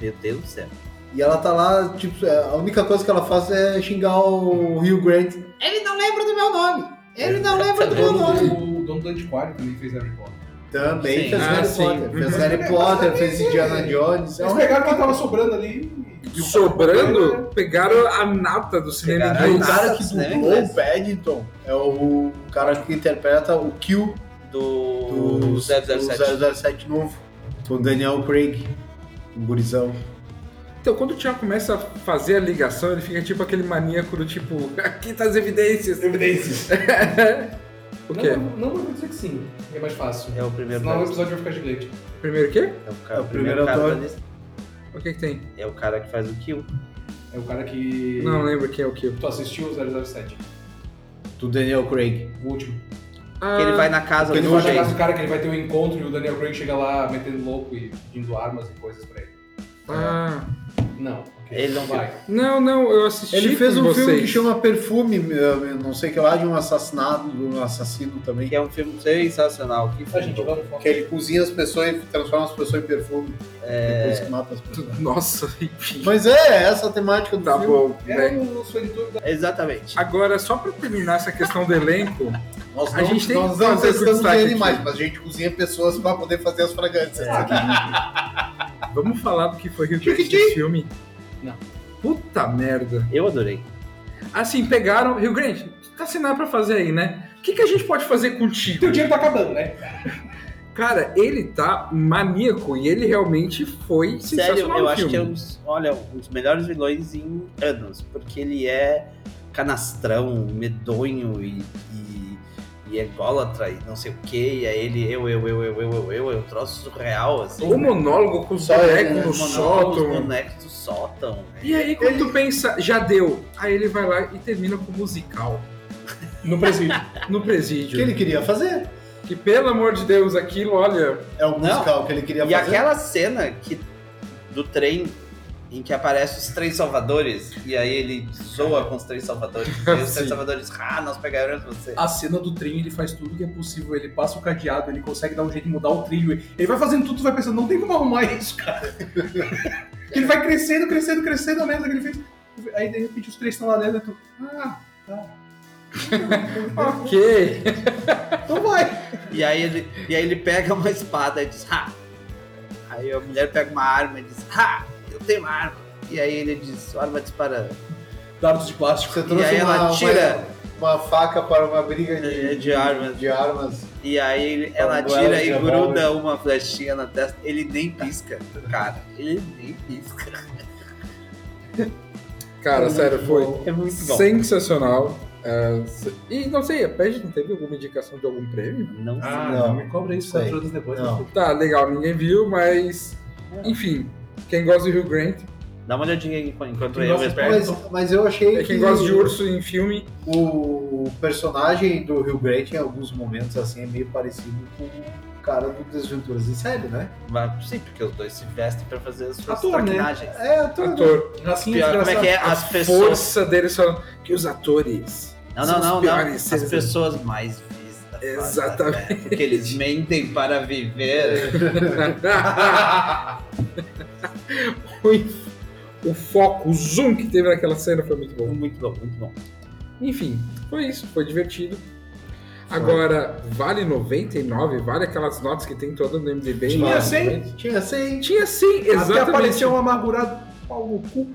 Speaker 10: Meu Deus do céu.
Speaker 9: E ela tá lá, tipo, é, a única coisa que ela faz é xingar o Rio Grant. Ele não lembra do meu nome! Ele não lembra
Speaker 3: um
Speaker 9: do meu nome!
Speaker 3: O dono do antiquário também fez Harry Potter.
Speaker 9: Também
Speaker 10: Sim.
Speaker 9: fez
Speaker 6: Ah,
Speaker 9: Harry
Speaker 6: sim.
Speaker 9: Potter. Fez
Speaker 6: Uhum.
Speaker 9: Harry Potter, fez Indiana Jones. É
Speaker 3: Eles
Speaker 9: um-
Speaker 3: pegaram quem tava sobrando ali. e-
Speaker 6: Sobrando, pegaram a nata do cinema
Speaker 10: Pegaram a
Speaker 9: O
Speaker 6: inglês.
Speaker 10: nata.
Speaker 9: cara que
Speaker 10: Sim, né,
Speaker 9: dublou
Speaker 10: inglês.
Speaker 9: o Paddington é o cara que interpreta o Kill
Speaker 10: do,
Speaker 9: Do
Speaker 10: 007.
Speaker 9: 007 novo. Com o Daniel Craig. Um gurizão.
Speaker 6: Então, quando o Thiago começa a fazer a ligação, ele fica tipo aquele maníaco do tipo, aqui tá as evidências. Evidências. o quê?
Speaker 3: É Não, não, vou dizer que sim. É mais fácil.
Speaker 10: É o primeiro
Speaker 3: Senão o
Speaker 10: cara.
Speaker 3: episódio vai ficar gigante.
Speaker 6: Primeiro o quê?
Speaker 10: É o, cara,
Speaker 3: É o primeiro
Speaker 10: cara
Speaker 3: autor.
Speaker 10: da lista.
Speaker 6: O que que tem?
Speaker 10: É o cara que faz o kill.
Speaker 3: É o cara que.
Speaker 6: Não lembro quem é o Kill.
Speaker 3: Tu assistiu o 007,
Speaker 9: Do Daniel Craig.
Speaker 3: o último.
Speaker 6: Ah,
Speaker 10: que ele vai na casa
Speaker 3: Ele
Speaker 10: do
Speaker 3: vai na
Speaker 10: jeito.
Speaker 3: casa do cara que ele vai ter um encontro e o Daniel Craig chega lá metendo louco e pedindo armas e coisas pra ele.
Speaker 6: Ah.
Speaker 3: Não.
Speaker 10: Ele não vai.
Speaker 6: Não, não, eu assisti
Speaker 9: Ele fez
Speaker 6: com
Speaker 9: um filme
Speaker 6: vocês.
Speaker 9: que chama Perfume, eu não sei o que lá, de um assassinato, de um assassino também.
Speaker 10: Que é um filme sensacional. Que,
Speaker 3: a gente vai
Speaker 9: que ele cozinha as pessoas e transforma as pessoas em perfume.
Speaker 6: É.
Speaker 9: Depois que mata as pessoas.
Speaker 6: Nossa, enfim.
Speaker 9: Mas é, essa a temática do filme.
Speaker 6: né?
Speaker 9: um-
Speaker 3: não sou de dúvida.
Speaker 10: Exatamente.
Speaker 6: Agora, só pra terminar essa questão do elenco,
Speaker 9: Nós
Speaker 6: a
Speaker 9: não,
Speaker 6: gente tem
Speaker 9: nós
Speaker 6: que
Speaker 9: não
Speaker 6: fazer esse
Speaker 9: testamos
Speaker 6: destaque
Speaker 9: animais,
Speaker 6: aqui. É,
Speaker 9: mas a gente cozinha pessoas pra poder fazer as fragrâncias.
Speaker 6: Vamos falar do que foi o Cast desse filme?
Speaker 3: Não.
Speaker 6: Puta merda.
Speaker 10: Eu adorei.
Speaker 6: Assim, pegaram. Rio Grande, tu tá sem nada pra fazer aí, né? O que, que a gente pode fazer contigo?
Speaker 3: Teu dinheiro tá acabando, né?
Speaker 6: Cara, ele tá maníaco e ele realmente foi
Speaker 10: Sério,
Speaker 6: sensacional
Speaker 10: eu
Speaker 6: no
Speaker 10: acho
Speaker 6: filme.
Speaker 10: que é um dos, olha, um dos melhores vilões em anos, porque ele é canastrão, medonho e, e, e é ególatra e não sei o que, e aí ele, eu, eu, eu, eu, eu, eu, eu, é um troço surreal, assim.
Speaker 6: O monólogo com os
Speaker 9: Só ele,
Speaker 6: bonecos
Speaker 9: né?
Speaker 6: no
Speaker 10: Os monólogos, Os
Speaker 6: sótão.
Speaker 10: bonecos do sótão. né?
Speaker 6: é E aí, quando tu pensa, já deu. Aí ele vai lá e termina com musical.
Speaker 3: No presídio.
Speaker 6: No
Speaker 9: O que
Speaker 6: presídio.
Speaker 9: ele queria fazer?
Speaker 6: Que pelo amor de Deus, aquilo, olha.
Speaker 9: É o
Speaker 10: Não.
Speaker 9: musical que ele queria
Speaker 10: E
Speaker 9: fazer.
Speaker 10: aquela cena que, do trem em que aparecem os três salvadores, e aí ele zoa com os três salvadores, e aí os
Speaker 6: Sim.
Speaker 10: três salvadores, ah, nós pegaremos você.
Speaker 3: A cena do trem, ele faz tudo que é possível, ele passa o cadeado, ele consegue dar um jeito de mudar o trilho. Ele vai fazendo tudo, tu vai pensando, não tem como arrumar isso, cara. ele vai crescendo, crescendo, crescendo, ao menos que ele fez. Aí de repente os três estão lá dentro e tu. Ah, tá.
Speaker 6: Ok.
Speaker 3: Então vai.
Speaker 10: E aí ele, e aí ele pega uma espada e diz, ha! Aí a mulher pega uma arma e diz, ha! Eu tenho uma arma. E aí ele diz, sua arma dispara.
Speaker 3: Dardos de plástico.
Speaker 9: Você trouxe
Speaker 10: e aí
Speaker 9: uma,
Speaker 10: ela
Speaker 9: uma-
Speaker 10: tira.
Speaker 9: uma faca para uma briga
Speaker 10: É,
Speaker 9: de,
Speaker 10: de armas.
Speaker 9: de armas.
Speaker 10: E aí ela
Speaker 9: Uma duela
Speaker 10: tira
Speaker 9: de
Speaker 10: e
Speaker 9: revólver.
Speaker 10: gruda uma flechinha na testa. Ele nem pisca, cara. Ele nem pisca.
Speaker 6: Cara, sério, foi
Speaker 10: É muito bom.
Speaker 6: sensacional. É, se- e não sei, a PES não teve alguma indicação de algum prêmio?
Speaker 10: Não sei.
Speaker 3: Ah,
Speaker 9: Não,
Speaker 3: não, me cobra isso
Speaker 9: sei.
Speaker 3: quatro anos depois.
Speaker 9: Não.
Speaker 3: né?
Speaker 6: Tá, legal, ninguém viu, mas.
Speaker 3: É.
Speaker 6: Enfim, quem gosta de Rio Grant,
Speaker 10: Dá uma olhadinha aí enquanto
Speaker 3: Quem
Speaker 10: eu
Speaker 3: gosta de
Speaker 10: respondo.
Speaker 9: Mas, mas eu achei
Speaker 6: é
Speaker 9: que
Speaker 6: quem gosta de urso em filme.
Speaker 9: o personagem do Rio Grant em alguns momentos assim é meio parecido com o cara do Desventuras em Série, né?
Speaker 10: Mas, sim, porque os dois se vestem pra fazer as suas
Speaker 3: Ator, né?
Speaker 10: traquinagens.
Speaker 9: É, ator.
Speaker 6: Ator.
Speaker 3: Racinha
Speaker 10: Pior, como é que é?
Speaker 6: A
Speaker 10: As pessoas.
Speaker 6: força deles falando que os atores.
Speaker 10: Não,
Speaker 6: são
Speaker 10: não,
Speaker 6: os
Speaker 10: não, não.
Speaker 6: piores
Speaker 10: As
Speaker 6: seres
Speaker 10: pessoas mais vistas.
Speaker 6: Exatamente.
Speaker 10: né? Porque eles mentem para viver.
Speaker 6: o, o foco, o zoom que teve naquela cena foi muito bom.
Speaker 10: muito bom, muito bom.
Speaker 6: Enfim, foi isso, foi divertido. Agora, vale 99? Vale aquelas notas que tem toda no MDB?
Speaker 3: Tinha
Speaker 6: Vale,
Speaker 3: cem?
Speaker 6: né?
Speaker 9: Tinha assim.
Speaker 6: Tinha sim,
Speaker 3: Até
Speaker 6: exatamente.
Speaker 3: apareceu um amargurado. Pau no cu.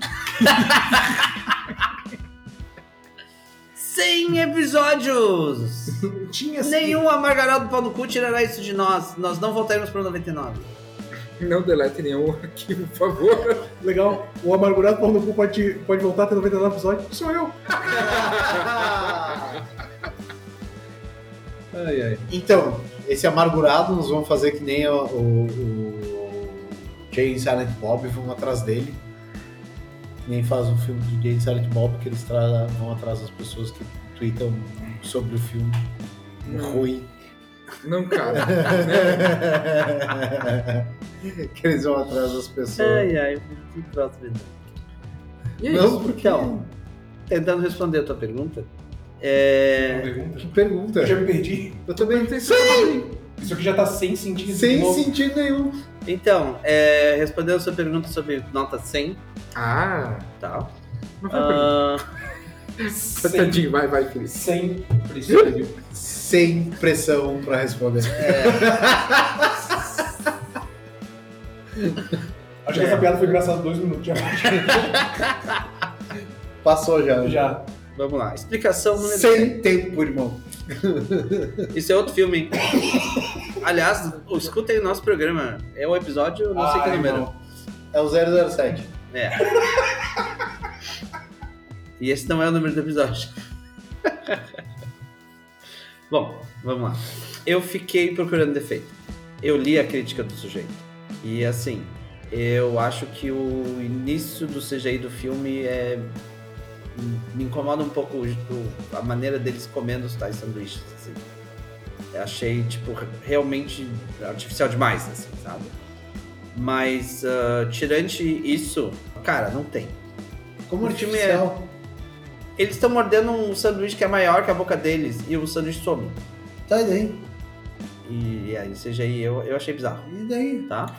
Speaker 10: 100 episódios!
Speaker 3: Tinha
Speaker 10: Nenhum amargarado pau no cu tirará isso de nós. Nós não voltaremos para 99.
Speaker 6: Não delete nenhum arquivo, por favor.
Speaker 3: Legal. O amargurado pau no cu pode, pode voltar até 99 episódios. Sou eu.
Speaker 11: Ah. Ai, ai.
Speaker 9: Então, esse amargurado nós vamos fazer que nem o, o, o Jay e Silent Bob, vamos atrás dele. Nem faz um filme de Jay e Silent Bob que eles tra- vão atrás das pessoas que tweetam sobre o filme. Ruim.
Speaker 6: Não, cara.
Speaker 9: que eles vão atrás das pessoas.
Speaker 10: Ai, ai, que troço mesmo.
Speaker 6: E é isso.
Speaker 9: Não, porque.
Speaker 10: Então, tentando responder a tua pergunta, é...
Speaker 9: Que pergunta.
Speaker 3: Eu já me perdi.
Speaker 9: Eu também
Speaker 3: Isso aqui já tá sem sentido. de
Speaker 9: Sem
Speaker 3: novo.
Speaker 9: sentido nenhum.
Speaker 10: então é... respondendo a sua pergunta sobre nota 100,
Speaker 6: Ah,
Speaker 10: tá?
Speaker 6: não foi pra
Speaker 10: Ah,
Speaker 6: mim. Tadinho, vai, vai, Cris.
Speaker 3: Sem precisa de
Speaker 9: Sem pressão pra responder.
Speaker 3: Acho
Speaker 10: É.
Speaker 3: que essa piada foi engraçada dois minutos já.
Speaker 9: Passou já.
Speaker 3: já.
Speaker 10: Vamos lá. Explicação número
Speaker 9: Sem tempo, irmão.
Speaker 10: Isso é outro filme, hein? Aliás, escutem o nosso programa. É o episódio, não sei
Speaker 9: Ah,
Speaker 10: que número.
Speaker 9: irmão. É o 007.
Speaker 10: É. e esse não é o número do episódio. Bom, vamos lá. Eu fiquei procurando defeito. Eu li a crítica do sujeito. E assim, eu acho que o início do CGI do filme é. Me incomoda um pouco o- o- a maneira deles comendo os tais sanduíches. Assim. Eu achei, tipo, realmente artificial demais, assim, sabe? Mas, ah, tirante isso, cara, não tem.
Speaker 9: Como
Speaker 10: O filme é-
Speaker 9: artificial?
Speaker 10: Eles estão mordendo um sanduíche que é maior que a boca deles e o sanduíche some.
Speaker 9: Tá, e daí?
Speaker 10: E aí, seja aí, eu, eu achei bizarro.
Speaker 9: E daí?
Speaker 10: Tá?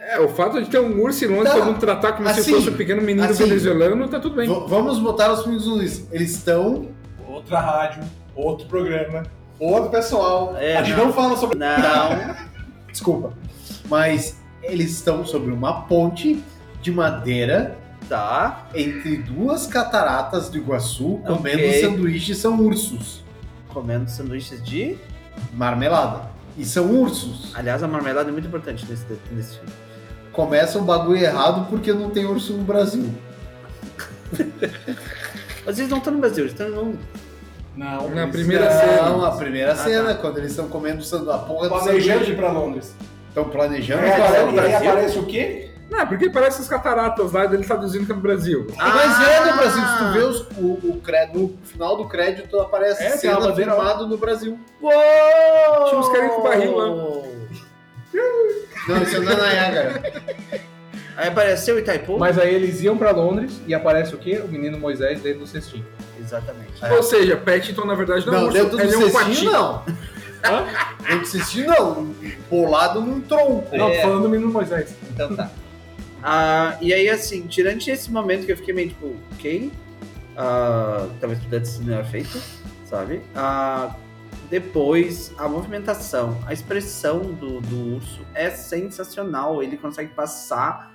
Speaker 6: É, o fato de ter um urso e Londres
Speaker 9: Tá.
Speaker 6: todo mundo tratar como se
Speaker 9: Assim,
Speaker 6: fosse um pequeno menino
Speaker 9: assim.
Speaker 6: venezuelano, tá tudo bem.
Speaker 9: V- vamos botar os filmes do Luiz. Eles estão.
Speaker 3: Outra rádio, outro programa, outro pessoal.
Speaker 10: É,
Speaker 3: a gente
Speaker 10: não.
Speaker 3: não, fala sobre.
Speaker 10: Não.
Speaker 9: Desculpa. Mas eles estão sobre uma ponte de madeira
Speaker 10: tá.
Speaker 9: entre duas cataratas do Iguaçu, comendo
Speaker 10: Ok.
Speaker 9: sanduíche são ursos.
Speaker 10: Comendo sanduíches de.
Speaker 9: Marmelada. E são ursos.
Speaker 10: Aliás, a marmelada é muito importante nesse, nesse filme.
Speaker 9: Começa um bagulho errado porque não tem urso no Brasil.
Speaker 10: Mas eles não estão no Brasil, eles estão no mundo.
Speaker 3: Não,
Speaker 6: Na
Speaker 3: eles-
Speaker 6: primeira
Speaker 3: não.
Speaker 6: cena.
Speaker 9: Não, a primeira
Speaker 10: Ah,
Speaker 9: cena, quando eles estão comendo sandu- a porra do
Speaker 3: Planejando
Speaker 9: sanduíche.
Speaker 3: ir pra Londres.
Speaker 9: Estão planejando.
Speaker 3: É,
Speaker 9: pra-
Speaker 3: e aí aparece o quê?
Speaker 6: Não, porque parece as cataratas lá, ele traduzindo que é no Brasil.
Speaker 9: Mas
Speaker 10: Ah.
Speaker 9: é no Brasil, se tu vê os- o, o cre- no final do crédito aparece
Speaker 3: É, tem uma
Speaker 9: cena
Speaker 3: bandeira
Speaker 9: filmado no Brasil.
Speaker 10: Uou!
Speaker 6: Tinha uns caras com barril lá.
Speaker 9: Não, isso é na Niagara.
Speaker 10: Aí apareceu Itaipu?
Speaker 11: Mas aí eles iam pra Londres e aparece o quê? O menino Moisés dentro do cestinho.
Speaker 10: Exatamente.
Speaker 6: Ou seja, Pattinson na verdade não, é um
Speaker 9: Não,
Speaker 6: urso,
Speaker 9: dentro do
Speaker 6: ele é um patinho.
Speaker 9: cestinho não. Dentro do cestinho não. Bolado num tronco.
Speaker 11: Não, tô
Speaker 10: É.
Speaker 11: falando do menino Moisés.
Speaker 10: Então tá. Ah, e aí, assim, tirante esse momento que eu fiquei meio tipo, ok, ah, talvez pudesse ser melhor feito, sabe? Ah, depois, a movimentação, a expressão do, do urso é sensacional. Ele consegue passar,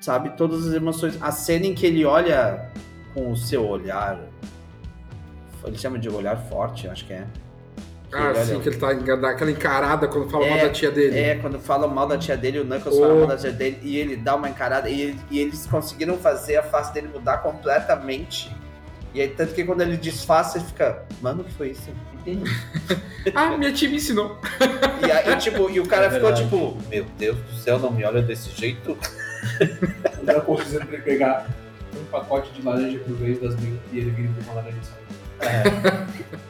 Speaker 10: sabe, todas as emoções. A cena em que ele olha com o seu olhar. Ele chama de olhar forte, acho que é. Que
Speaker 6: Ah,
Speaker 10: ele
Speaker 6: sim,
Speaker 10: olha-
Speaker 6: que ele tá enga- dá aquela encarada quando fala mal
Speaker 10: É,
Speaker 6: da tia dele.
Speaker 10: é, quando falam mal da tia dele, o Knuckles
Speaker 6: Oh.
Speaker 10: fala mal da tia dele e ele dá uma encarada e, ele- e eles conseguiram fazer a face dele mudar completamente. E aí, tanto que quando ele disfarça, ele fica, mano, o que foi isso? Entendi.
Speaker 6: Ah, minha tia me ensinou.
Speaker 10: E aí, tipo, e o cara
Speaker 9: É
Speaker 10: ficou
Speaker 9: verdade.
Speaker 10: tipo, meu Deus do céu, não me olha desse jeito.
Speaker 3: O Draco dizendo pra ele pegar um pacote de laranja por vez das mil e ele grita uma laranja só.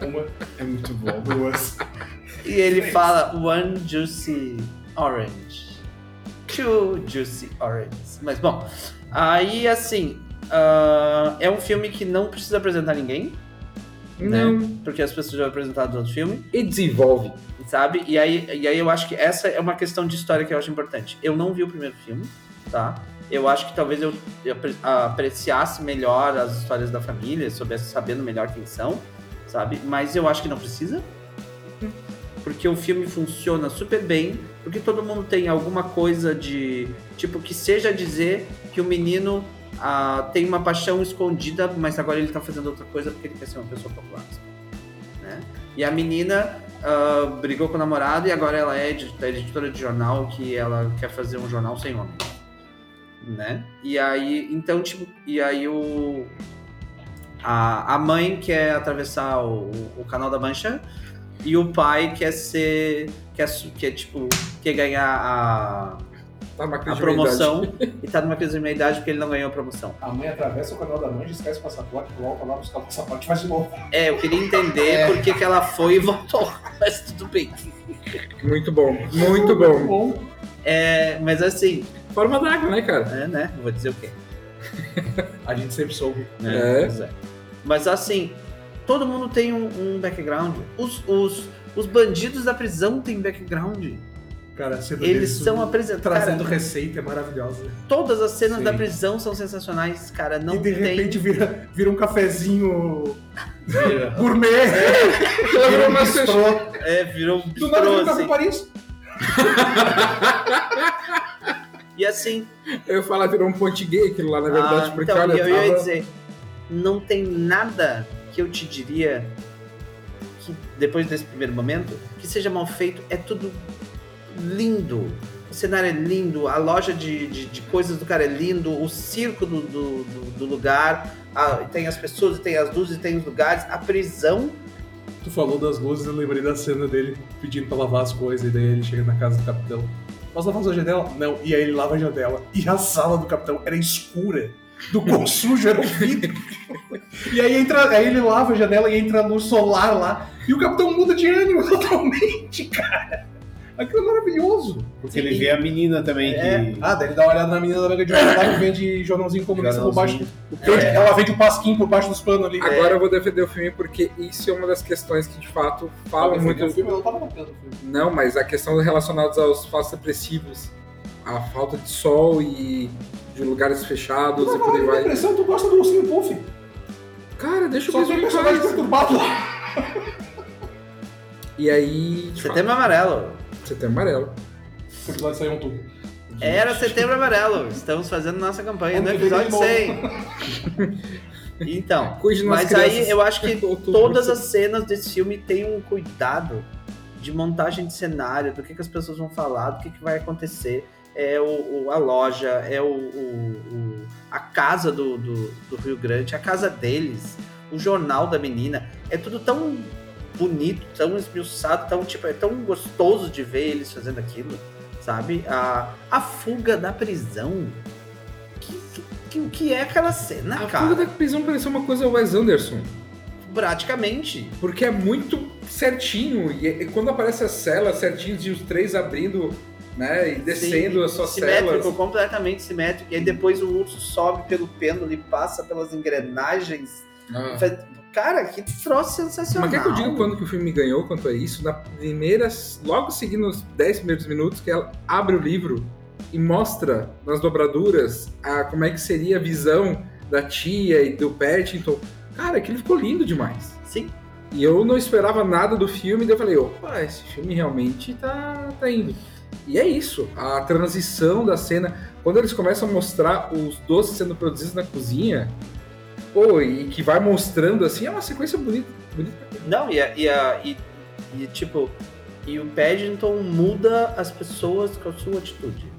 Speaker 3: Uma é muito bom, duas.
Speaker 10: E ele fala, one juicy orange. Two juicy orange. Mas bom, aí assim, ah, é um filme que não precisa apresentar ninguém, né?
Speaker 6: Não.
Speaker 10: porque as pessoas já apresentaram no outro filme.
Speaker 6: E desenvolve.
Speaker 10: sabe? E aí, e aí eu acho que essa é uma questão de história que eu acho importante. Eu não vi o primeiro filme, tá? Eu acho que talvez eu, eu apre- apreciasse melhor as histórias da família, soubesse sabendo melhor quem são, sabe? Mas eu acho que não precisa. Porque o filme funciona super bem, porque todo mundo tem alguma coisa de. Tipo, que seja dizer que o menino ah, tem uma paixão escondida, mas agora ele tá fazendo outra coisa porque ele quer ser uma pessoa popular. Né? E a menina ah, brigou com o namorado e agora ela é edi- é editora de jornal que ela quer fazer um jornal sem homem. Né? E aí, então, tipo, e aí o. A, a mãe quer atravessar o, o canal da Mancha e o pai quer ser. quer, su- quer tipo, quer ganhar a,
Speaker 6: Tá uma
Speaker 10: a
Speaker 6: crise de
Speaker 10: promoção e tá numa crise de meia-idade porque ele não ganhou a promoção.
Speaker 3: A mãe atravessa o canal da mãe, esquece o passaporte, volta lá buscar o passaporte e faz de novo.
Speaker 10: É, eu queria entender por que, que ela foi e voltou, mas tudo bem.
Speaker 6: verdade. Muito bom, muito bom.
Speaker 3: Bom,
Speaker 10: É, mas assim,
Speaker 6: Forma d'água, né, cara?
Speaker 10: é, né? Vou dizer o quê?
Speaker 3: a gente sempre soube.
Speaker 10: né?
Speaker 6: É.
Speaker 10: Pois é. Mas assim, todo mundo tem um, um background. Os, os, os bandidos da prisão têm background.
Speaker 3: Cara, a cena
Speaker 10: Eles
Speaker 3: deles
Speaker 10: são apresentados.
Speaker 3: trazendo
Speaker 10: Cara,
Speaker 3: receita é maravilhosa.
Speaker 10: todas as cenas
Speaker 3: Sim.
Speaker 10: da prisão são sensacionais, cara. Não
Speaker 3: e de
Speaker 10: tem.
Speaker 3: repente vira, vira um cafezinho gourmet.
Speaker 6: Ela virou uma
Speaker 9: Estrou-
Speaker 10: É, virou um
Speaker 3: Do nada
Speaker 10: bistrô,
Speaker 3: vira um café
Speaker 10: assim.
Speaker 3: Paris.
Speaker 10: E assim,
Speaker 6: Eu falo, virou um ponte gay aquilo lá, na verdade,
Speaker 10: ah,
Speaker 6: porque
Speaker 10: então,
Speaker 6: olha,
Speaker 10: eu ia
Speaker 6: tava-
Speaker 10: dizer, não tem nada que eu te diria que depois desse primeiro momento, que seja mal feito, é tudo lindo. O cenário é lindo, a loja de, de, de coisas do cara é lindo, o circo do, do, do- do lugar, a- tem as pessoas, tem as luzes, tem os lugares, a prisão.
Speaker 3: Tu falou das luzes, eu lembrei da cena dele pedindo pra lavar as coisas, e daí ele chega na casa do capitão. Posso lavar sua janela? Não. E aí ele lava a janela. E a sala do capitão era escura. Do quão sujo era o vidro. e aí, entra, aí ele lava a janela e entra a luz solar lá. E o capitão muda de ânimo totalmente, cara. Aquilo é maravilhoso.
Speaker 9: Porque ele vê a menina também
Speaker 3: É.
Speaker 9: que.
Speaker 3: Ah, daí ele dá uma olhada na menina da banca de jornal que vende jornalzinho comunista por baixo.
Speaker 9: Jornalzinho.
Speaker 3: o pé-
Speaker 9: É.
Speaker 3: Ela vende o pasquinho por baixo dos panos ali.
Speaker 10: é.
Speaker 3: É.
Speaker 6: Agora eu vou defender o filme porque isso é uma das questões que de fato fala
Speaker 3: Ela
Speaker 6: muito.
Speaker 3: defendeu o
Speaker 10: assim.
Speaker 3: filme, ela tava matando o filme.
Speaker 6: Não, mas a questão relacionada aos fatos depressivos, a falta de sol e de lugares fechados e por aí
Speaker 3: Caralho,
Speaker 6: vai.
Speaker 3: depressão, tu gosta do ursinho Puff.
Speaker 6: Cara, deixa eu
Speaker 3: Só
Speaker 6: ver
Speaker 3: tem
Speaker 6: o que
Speaker 3: personagem
Speaker 6: faz.
Speaker 3: perturbado lá.
Speaker 6: E aí.
Speaker 10: Setembro amarelo.
Speaker 6: Setembro amarelo.
Speaker 3: Porque lá saiu um tubo.
Speaker 10: Era setembro amarelo. Estamos fazendo nossa campanha no
Speaker 3: Ano que vem
Speaker 10: episódio
Speaker 3: de
Speaker 10: 100. Então,
Speaker 6: Cuide nas
Speaker 10: mas aí
Speaker 6: crianças.
Speaker 10: eu acho que
Speaker 6: Outubro,
Speaker 10: todas as
Speaker 6: setembro.
Speaker 10: cenas desse filme têm um cuidado de montagem de cenário, do que, que as pessoas vão falar, do que, que vai acontecer. É o, o- a loja, é o, o- o- a casa do, do- do Rio Grande, a casa deles, o jornal da menina. É tudo tão bonito, tão esmiuçado, tão, tipo, é tão gostoso de ver eles fazendo aquilo, sabe? A, a fuga da prisão. Que- que- O que é aquela cena,
Speaker 6: A
Speaker 10: cara?
Speaker 6: fuga da prisão pareceu uma coisa Wes Anderson.
Speaker 10: Praticamente.
Speaker 6: Porque é muito certinho. E, e quando aparece a cela certinho, de os três abrindo, né? E descendo
Speaker 10: Sim,
Speaker 6: as suas
Speaker 10: simétrico,
Speaker 6: celas.
Speaker 10: completamente simétrico. E aí depois o urso sobe pelo pêndulo e passa pelas engrenagens.
Speaker 6: Ah.
Speaker 10: Faz- Cara, que troço sensacional.
Speaker 6: Mas quer que eu diga quando que o filme ganhou quanto a isso? Na primeira, logo seguindo os 10 primeiros minutos, que ela abre o livro e mostra nas dobraduras a, como é que seria a visão da tia e do Pattinson. Cara, aquilo ficou lindo demais.
Speaker 10: Sim.
Speaker 6: E eu não esperava nada do filme, daí eu falei, opa, esse filme realmente tá, tá indo. E é isso, a transição da cena, quando eles começam a mostrar os doces sendo produzidos na cozinha, pô, e que vai mostrando assim, é uma sequência bonita. bonita.
Speaker 10: Não, e, a- e, a- e- e, tipo, e o Paddington muda as pessoas com a sua atitude.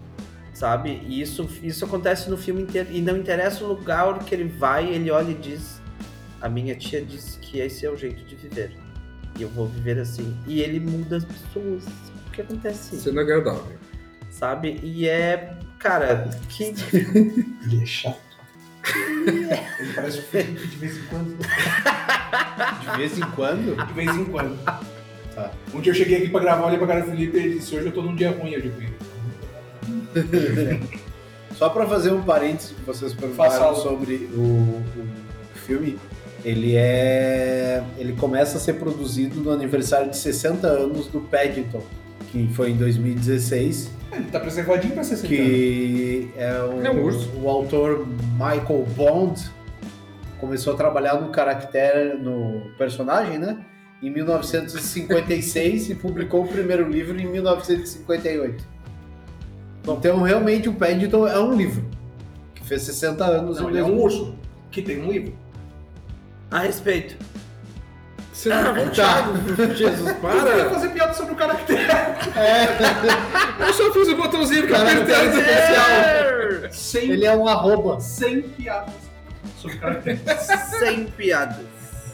Speaker 10: Sabe? E isso, isso acontece no filme inteiro. E não interessa o lugar que ele vai, ele olha e diz: A minha tia disse que esse é o jeito de viver. E eu vou viver assim. E ele muda as pessoas. O que acontece?
Speaker 6: Sendo agradável.
Speaker 10: Sabe? E é. Cara, que.
Speaker 3: Ele é chato. Ele parece um filho de vez em quando.
Speaker 9: De vez em quando?
Speaker 3: De vez em quando.
Speaker 9: Tá.
Speaker 3: Um dia eu cheguei aqui pra gravar, olhei pra cara do Felipe e ele disse: Hoje eu tô num dia ruim. Eu digo:
Speaker 9: Só pra fazer um parênteses que vocês
Speaker 3: Faça
Speaker 9: perguntaram
Speaker 3: aula.
Speaker 9: sobre o, o filme, ele é ele começa a ser produzido no aniversário de 60 anos do Paddington, que foi em 2016,
Speaker 3: Ele tá preservadinho pra 60 anos.
Speaker 9: que é o,
Speaker 6: É um urso.
Speaker 9: o autor Michael Bond começou a trabalhar no caractere no personagem, né? Em 1956 e publicou o primeiro livro em 1958. Então realmente o Paddington é um livro que fez 60 anos.
Speaker 3: Não,
Speaker 9: e
Speaker 3: ele é
Speaker 9: mesmo-
Speaker 3: um urso que tem um livro.
Speaker 10: A respeito.
Speaker 6: Você não tá voltado, Jesus,
Speaker 3: Eu ia
Speaker 6: para!
Speaker 3: fazer piada sobre o caractere.
Speaker 6: É. Eu só fiz o botãozinho que eu
Speaker 9: Caralho,
Speaker 6: apertei antes do
Speaker 9: cara.
Speaker 6: especial.
Speaker 3: Sem,
Speaker 9: Ele é um arroba.
Speaker 3: sem piadas sobre o caractere.
Speaker 10: Sem piadas.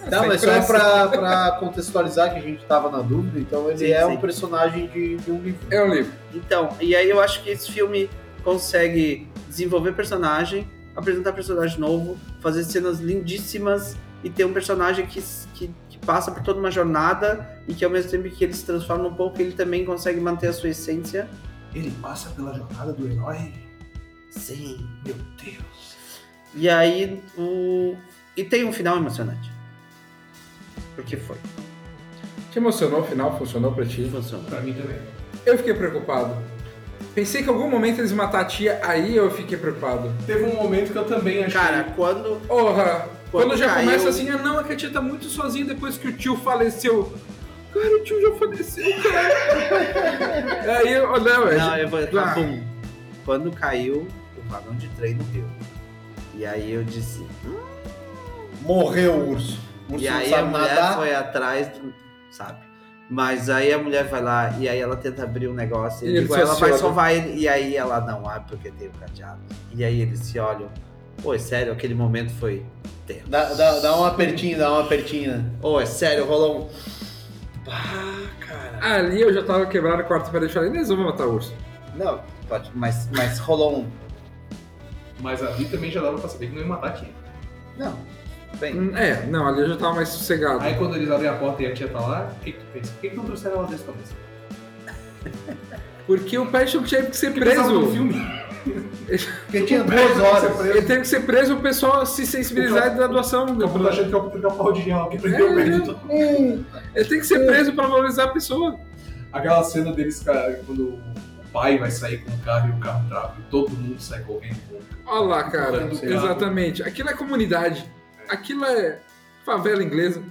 Speaker 9: Tá, mas só
Speaker 6: pressa.
Speaker 9: pra, pra contextualizar que a gente tava na dúvida, então ele
Speaker 10: Sim,
Speaker 9: é
Speaker 10: sim.
Speaker 9: um personagem de, de um livro.
Speaker 6: É um livro.
Speaker 10: Então, e aí eu acho que esse filme consegue desenvolver personagem, apresentar personagem novo, fazer cenas lindíssimas e ter um personagem que, que, que passa por toda uma jornada e que ao mesmo tempo que ele se transforma um pouco, ele também consegue manter a sua essência.
Speaker 3: Ele passa pela jornada do herói.
Speaker 10: Sim.
Speaker 3: Meu Deus.
Speaker 10: E aí o. E tem um final emocionante. Porque foi.
Speaker 6: Te emocionou o final? Funcionou pra ti?
Speaker 10: Funcionou.
Speaker 3: Pra mim também.
Speaker 6: Eu fiquei preocupado. Pensei que em algum momento eles iam matar a tia, aí eu fiquei preocupado.
Speaker 3: Teve um momento que eu também achei.
Speaker 10: Cara, quando.
Speaker 6: Porra! Quando,
Speaker 10: Quando
Speaker 6: já
Speaker 10: caiu-
Speaker 6: começa assim, ah não, é que a tia tá muito sozinha depois que o tio faleceu. Cara, o tio já faleceu, cara. aí eu, oh, não, é.
Speaker 10: Não, eu vou.
Speaker 6: Ah.
Speaker 10: Bum. Quando caiu o vagão de trem no rio. E aí eu disse.
Speaker 9: Morreu o urso.
Speaker 10: e
Speaker 9: não
Speaker 10: aí a
Speaker 9: sabem
Speaker 10: mulher
Speaker 9: nadar.
Speaker 10: foi atrás, do- sabe? Mas aí a mulher vai lá e aí ela tenta abrir um negócio.
Speaker 9: E
Speaker 10: E
Speaker 9: ele
Speaker 10: digo,
Speaker 9: se
Speaker 10: ela vai
Speaker 9: aciona.
Speaker 10: salvar ele. E aí ela não abre porque tem o cadeado. E aí eles se olham. Pô, é sério, aquele momento foi tenso.
Speaker 9: Dá, dá, dá um apertinho, dá um apertinho, né?
Speaker 10: Ô, é sério, rolou um.
Speaker 6: Ali eu já tava quebrado a quarta pra deixar ele, eles vão matar o urso.
Speaker 9: Não, pode, mas, mas rolou um.
Speaker 3: Mas ali também já dava pra saber que não ia matar a Tia.
Speaker 9: Não.
Speaker 6: Hum, É, não, ali eu já tava mais sossegado.
Speaker 3: Aí quando eles abrem a porta e a tia tá lá, o que, que tu pensa? Por que, que não trouxeram ela dessa cabeça?
Speaker 6: Porque o Passion tinha que ser
Speaker 3: Porque precisava
Speaker 6: preso.
Speaker 3: do um filme.
Speaker 6: Ele
Speaker 9: tinha
Speaker 6: O Patch
Speaker 9: duas horas.
Speaker 6: Ele teve que ser preso o pessoal se sensibilizar de graduação. Eu tô achando
Speaker 3: que é o pau de real que prendeu o Benito.
Speaker 6: Ele tem que ser preso pra valorizar a pessoa.
Speaker 3: Aquela cena deles, cara, quando o pai vai sair com o carro e o carro trava e todo mundo sai correndo.
Speaker 6: Olha lá, cara.
Speaker 3: Sei lá.
Speaker 6: Exatamente. Aquilo é comunidade. Aquilo é favela inglesa.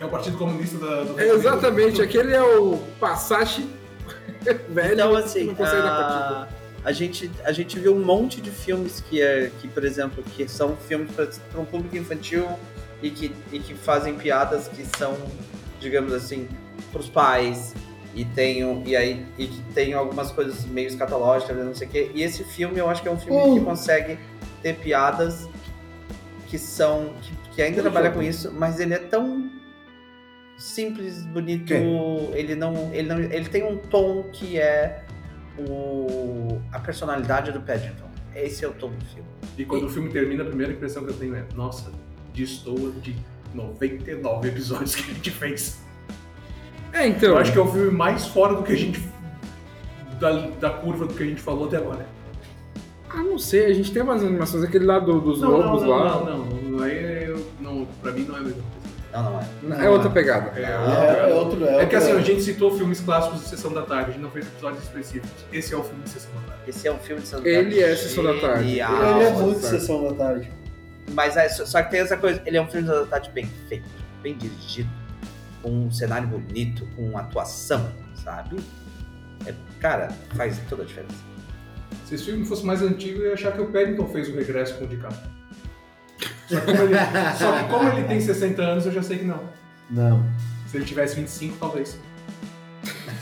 Speaker 3: É o Partido Comunista da, do
Speaker 6: É exatamente. Aquele é o Passage velho.
Speaker 10: Então, assim,
Speaker 6: não consegue dar
Speaker 10: a, a gente, a gente viu um monte de filmes que, é, que por exemplo, que são filmes para um público infantil e que, e que fazem piadas que são, digamos assim, para os pais. E tem, um- e, aí, e que tem algumas coisas meio escatológicas, não sei o quê. E esse filme, eu acho que é um filme que
Speaker 6: Uh!
Speaker 10: consegue ter piadas que são... que, que ainda
Speaker 3: Muito
Speaker 10: trabalha
Speaker 3: bom.
Speaker 10: com isso, mas ele é tão simples, bonito. Ele não, ele não, ele tem um tom que é o a personalidade do Paddington. Esse é o tom do filme.
Speaker 3: E quando o filme termina, a primeira impressão que eu tenho é: nossa, destoa de 99 episódios que a gente fez.
Speaker 6: É, então.
Speaker 3: Eu acho que é o filme mais fora do que a gente. da, da curva do que a gente falou até agora.
Speaker 6: Ah, não sei. A gente tem umas animações. Aquele lá do- dos lobos
Speaker 3: não,
Speaker 6: lá.
Speaker 3: Não, não, não, não, é, eu, não. Pra mim não é a mesma coisa.
Speaker 10: Não, não é.
Speaker 6: Não, é outra pegada.
Speaker 3: É,
Speaker 6: É, é outro- é
Speaker 3: é que
Speaker 6: outro-
Speaker 3: assim, a gente citou filmes clássicos de Sessão da Tarde, a gente não fez episódios específicos. Esse é o filme de Sessão da Tarde.
Speaker 10: Esse é um filme de Sessão da Tarde.
Speaker 6: Ele é Sessão da Tarde. é
Speaker 10: Genial.
Speaker 9: Ah, da tarde.
Speaker 10: Mas é, só só que tem essa coisa, ele é um filme de Sessão da Tarde bem feito, bem dirigido, com um cenário bonito, com atuação, sabe? É, cara, faz toda a diferença.
Speaker 3: Se esse filme fosse mais antigo, eu ia achar que o Paddington fez o regresso com o DiCaprio. Só, que como ele- só que como ele tem 60 anos, eu já sei que não.
Speaker 9: Não.
Speaker 3: Se ele tivesse 25, talvez.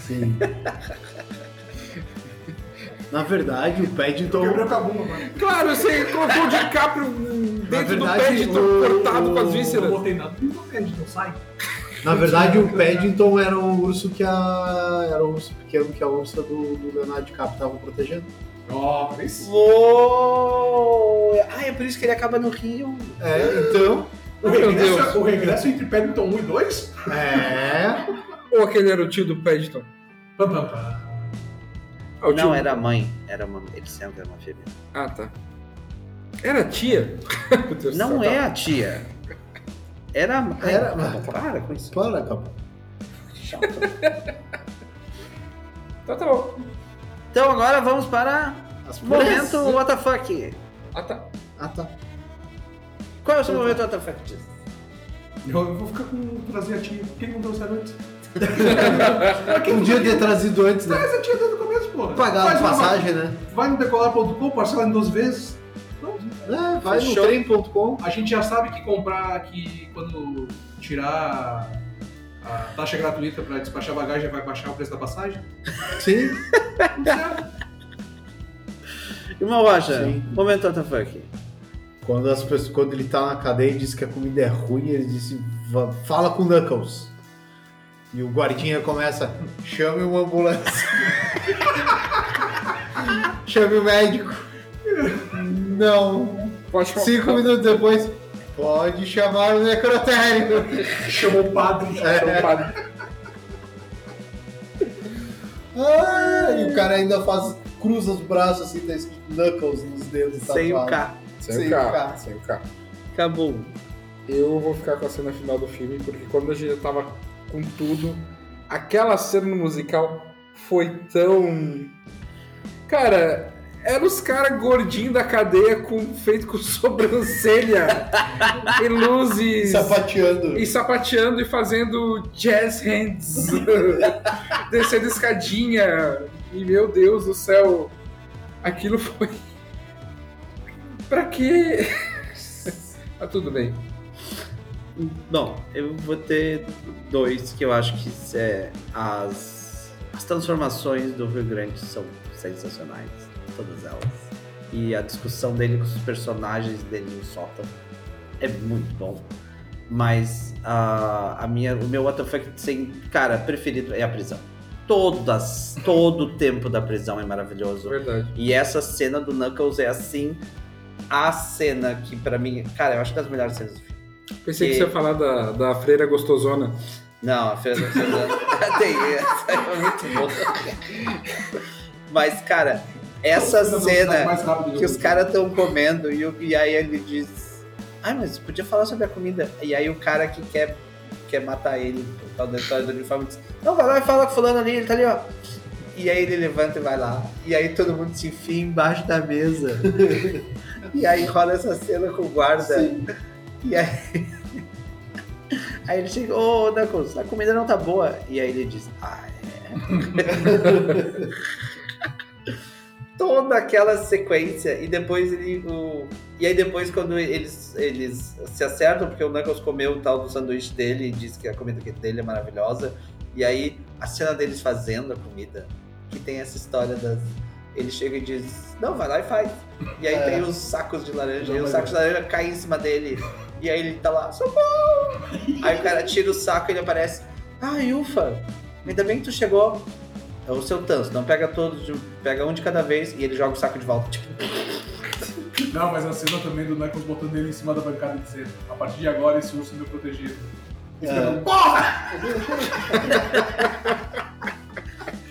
Speaker 9: Sim. Na verdade, o Paddington.
Speaker 3: Quebrou com a bunda, mano.
Speaker 6: Claro, você colocou o DiCaprio hum, dentro do Paddington, cortado com as vísceras.
Speaker 3: Não botei nada. Não entende, não sai.
Speaker 9: Na verdade, o Paddington era um urso que a. Era um urso pequeno que a onça do, do Leonardo DiCaprio tava protegendo.
Speaker 3: Ó, esse-
Speaker 10: Uou! Ah, é por isso que ele acaba no Rio.
Speaker 9: É, então.
Speaker 3: O regresso, é- o regresso entre Paddington 1 e 2?
Speaker 9: É.
Speaker 6: Ou aquele era o tio do Paddington?
Speaker 3: Pam, pam, pam.
Speaker 6: Ah, o tio-
Speaker 10: Não, era a mãe. Era uma, ele sempre era uma fêmea.
Speaker 6: Ah, tá. Era a tia? Putz,
Speaker 10: Não
Speaker 6: tá-
Speaker 10: é a tia. Era. Ai,
Speaker 9: Era-
Speaker 10: não, Para com isso.
Speaker 9: Para, acabou.
Speaker 6: Então tá bom.
Speaker 10: Então agora vamos para
Speaker 9: As
Speaker 10: momento
Speaker 9: puras-
Speaker 10: WTF.
Speaker 6: Ah, tá.
Speaker 9: Ah, tá.
Speaker 10: Qual é o seu momento WTF? disso?
Speaker 3: Eu vou ficar com trazer a tia. Por que não trouxeram antes?
Speaker 9: Um dia ter trazido antes, né?
Speaker 3: Traz a tia desde o começo, porra.
Speaker 9: Pagar
Speaker 3: Faz
Speaker 9: a
Speaker 3: uma-
Speaker 9: passagem, né?
Speaker 3: Vai no decolar.com, parcela em duas vezes. Pronto.
Speaker 9: É, vai no
Speaker 3: Fechou.
Speaker 9: trem.com.
Speaker 3: A gente já sabe que comprar, que quando tirar a taxa gratuita pra despachar bagagem, vai baixar o preço da passagem.
Speaker 9: Sim.
Speaker 10: Irmão Rocha,
Speaker 9: Sim.
Speaker 10: momento WTF.
Speaker 9: Quando, as pessoas, quando ele tá na cadeia e diz que a comida é ruim, ele disse: "Va- fala com o Knuckles. E o guardinha começa: chame uma ambulância. chame o médico. Não.
Speaker 6: Pode falar.
Speaker 9: Cinco minutos depois, pode chamar o necrotério.
Speaker 3: Chamou o padre.
Speaker 9: É. Ah, e o cara ainda faz, cruza os braços assim, tá escrito Knuckles nos dedos.
Speaker 10: Sem o
Speaker 9: tatuado.
Speaker 10: K.
Speaker 6: Sem, o carro, Sem o carro.
Speaker 10: Acabou.
Speaker 6: Eu vou ficar com a cena final do filme, porque quando a gente já tava com tudo, aquela cena no musical foi tão. Cara, eram os caras gordinhos da cadeia com, feito com sobrancelha e luzes.
Speaker 9: Sapateando.
Speaker 6: E sapateando e fazendo jazz hands. descendo escadinha. E meu Deus do céu. Aquilo foi. Pra quê? Tá tudo bem.
Speaker 10: Bom, eu vou ter dois que eu acho que é, as, as transformações do Rio Grande são sensacionais, todas elas. E a discussão dele com os personagens dele no sótão é muito bom. Mas a, a minha, o meu WTF sem cara preferido é a prisão. Todas, todo o tempo da prisão é maravilhoso.
Speaker 6: Verdade.
Speaker 10: E essa cena do Knuckles é assim a cena que pra mim, cara, eu acho que é das melhores cenas do filme.
Speaker 6: Pensei que você ia falar da, da freira gostosona.
Speaker 10: Não, a freira gostosona. Tem essa, é muito boa. Mas, cara, essa
Speaker 3: Não, não, sai
Speaker 10: cena
Speaker 3: mais rápido,
Speaker 10: que
Speaker 3: eu
Speaker 10: os
Speaker 3: vou.
Speaker 10: caras estão comendo e, o- e aí ele diz: Ai, mas podia falar sobre a comida. E aí o cara que quer, quer matar ele por causa da história do uniforme diz: Não, vai lá e fala com o fulano ali, ele tá ali, ó. E aí ele levanta e vai lá. E aí todo mundo se enfia embaixo da mesa. e aí rola essa cena com o guarda. E aí. Aí ele chega, ô Knuckles, a comida não tá boa. E aí ele diz, ah, é. Toda aquela sequência, e depois ele. o- E aí depois quando eles, eles se acertam, porque o Knuckles comeu o tal do sanduíche dele e diz que a comida que- dele é maravilhosa. E aí a cena deles fazendo a comida, que tem essa história das. Ele chega e diz, não, vai lá e faz. E aí
Speaker 3: É.
Speaker 10: tem os sacos de laranja,
Speaker 3: Não,
Speaker 10: e os
Speaker 3: mas- é.
Speaker 10: sacos de laranja caem em cima dele. E aí ele tá lá, socorro! Aí o cara tira o saco e ele aparece. Ai, ufa! Ainda bem que tu chegou. É o seu tanso, não pega todos, de- pega um de cada vez e ele joga o saco de volta. Tipo,
Speaker 3: Não, é mas a cena também do Knuckles botando ele em cima da bancada e dizendo: a partir de agora esse urso é meu protegido. E fica
Speaker 9: É.
Speaker 3: dando, Porra!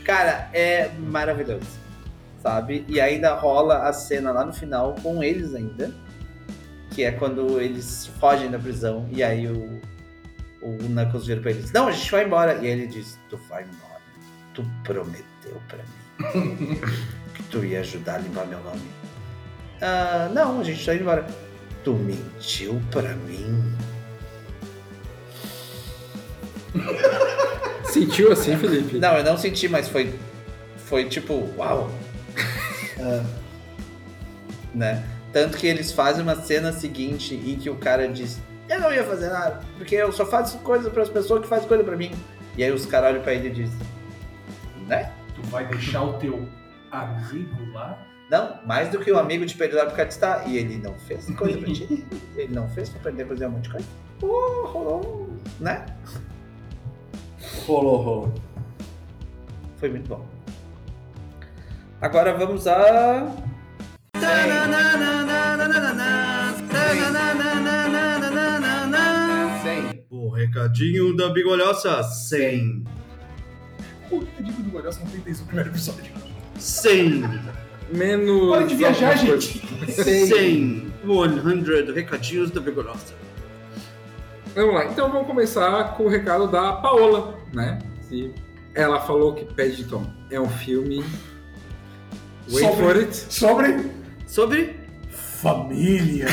Speaker 10: cara, é maravilhoso. Sabe? E ainda rola a cena lá no final com eles ainda. Que é quando eles fogem da prisão e aí o, o Knuckles vira pra eles. Não, a gente vai embora. E aí ele diz, tu vai embora. Tu prometeu pra mim. que tu ia ajudar a limpar meu nome. Ah, não, a gente tá indo embora. Tu mentiu pra mim.
Speaker 6: Sentiu assim, Felipe?
Speaker 10: Não, eu não senti, mas foi. Foi tipo, uau! Ah, né? Tanto que eles fazem uma cena seguinte em que o cara diz: Eu não ia fazer nada, porque eu só faço coisa pras pessoas que fazem coisa pra mim. E aí os caras olham pra ele e dizem: Né?
Speaker 3: Tu vai deixar o teu amigo lá?
Speaker 10: Não, mais do que um amigo te perder lá por causa de estar. E ele não fez coisa pra ti. Ele não fez pra perder fazer um monte de coisa. Oh, rolou. Né?
Speaker 14: Rolou, rolou.
Speaker 10: Foi muito bom. Agora vamos a.
Speaker 9: O recadinho da bigolhosa 100.
Speaker 3: O Digo um do Goiás não tem desde o primeiro episódio.
Speaker 9: 100.
Speaker 6: Menos.
Speaker 3: Para de viajar, gente.
Speaker 9: 100. 100 recadinhos da bigolhosa.
Speaker 6: Vamos lá, então vamos começar com o recado da Paola, né? Se ela falou que Paddington é um filme. Wait
Speaker 3: Sobre-
Speaker 6: for it.
Speaker 3: Sobre.
Speaker 9: Sobre.
Speaker 3: Família.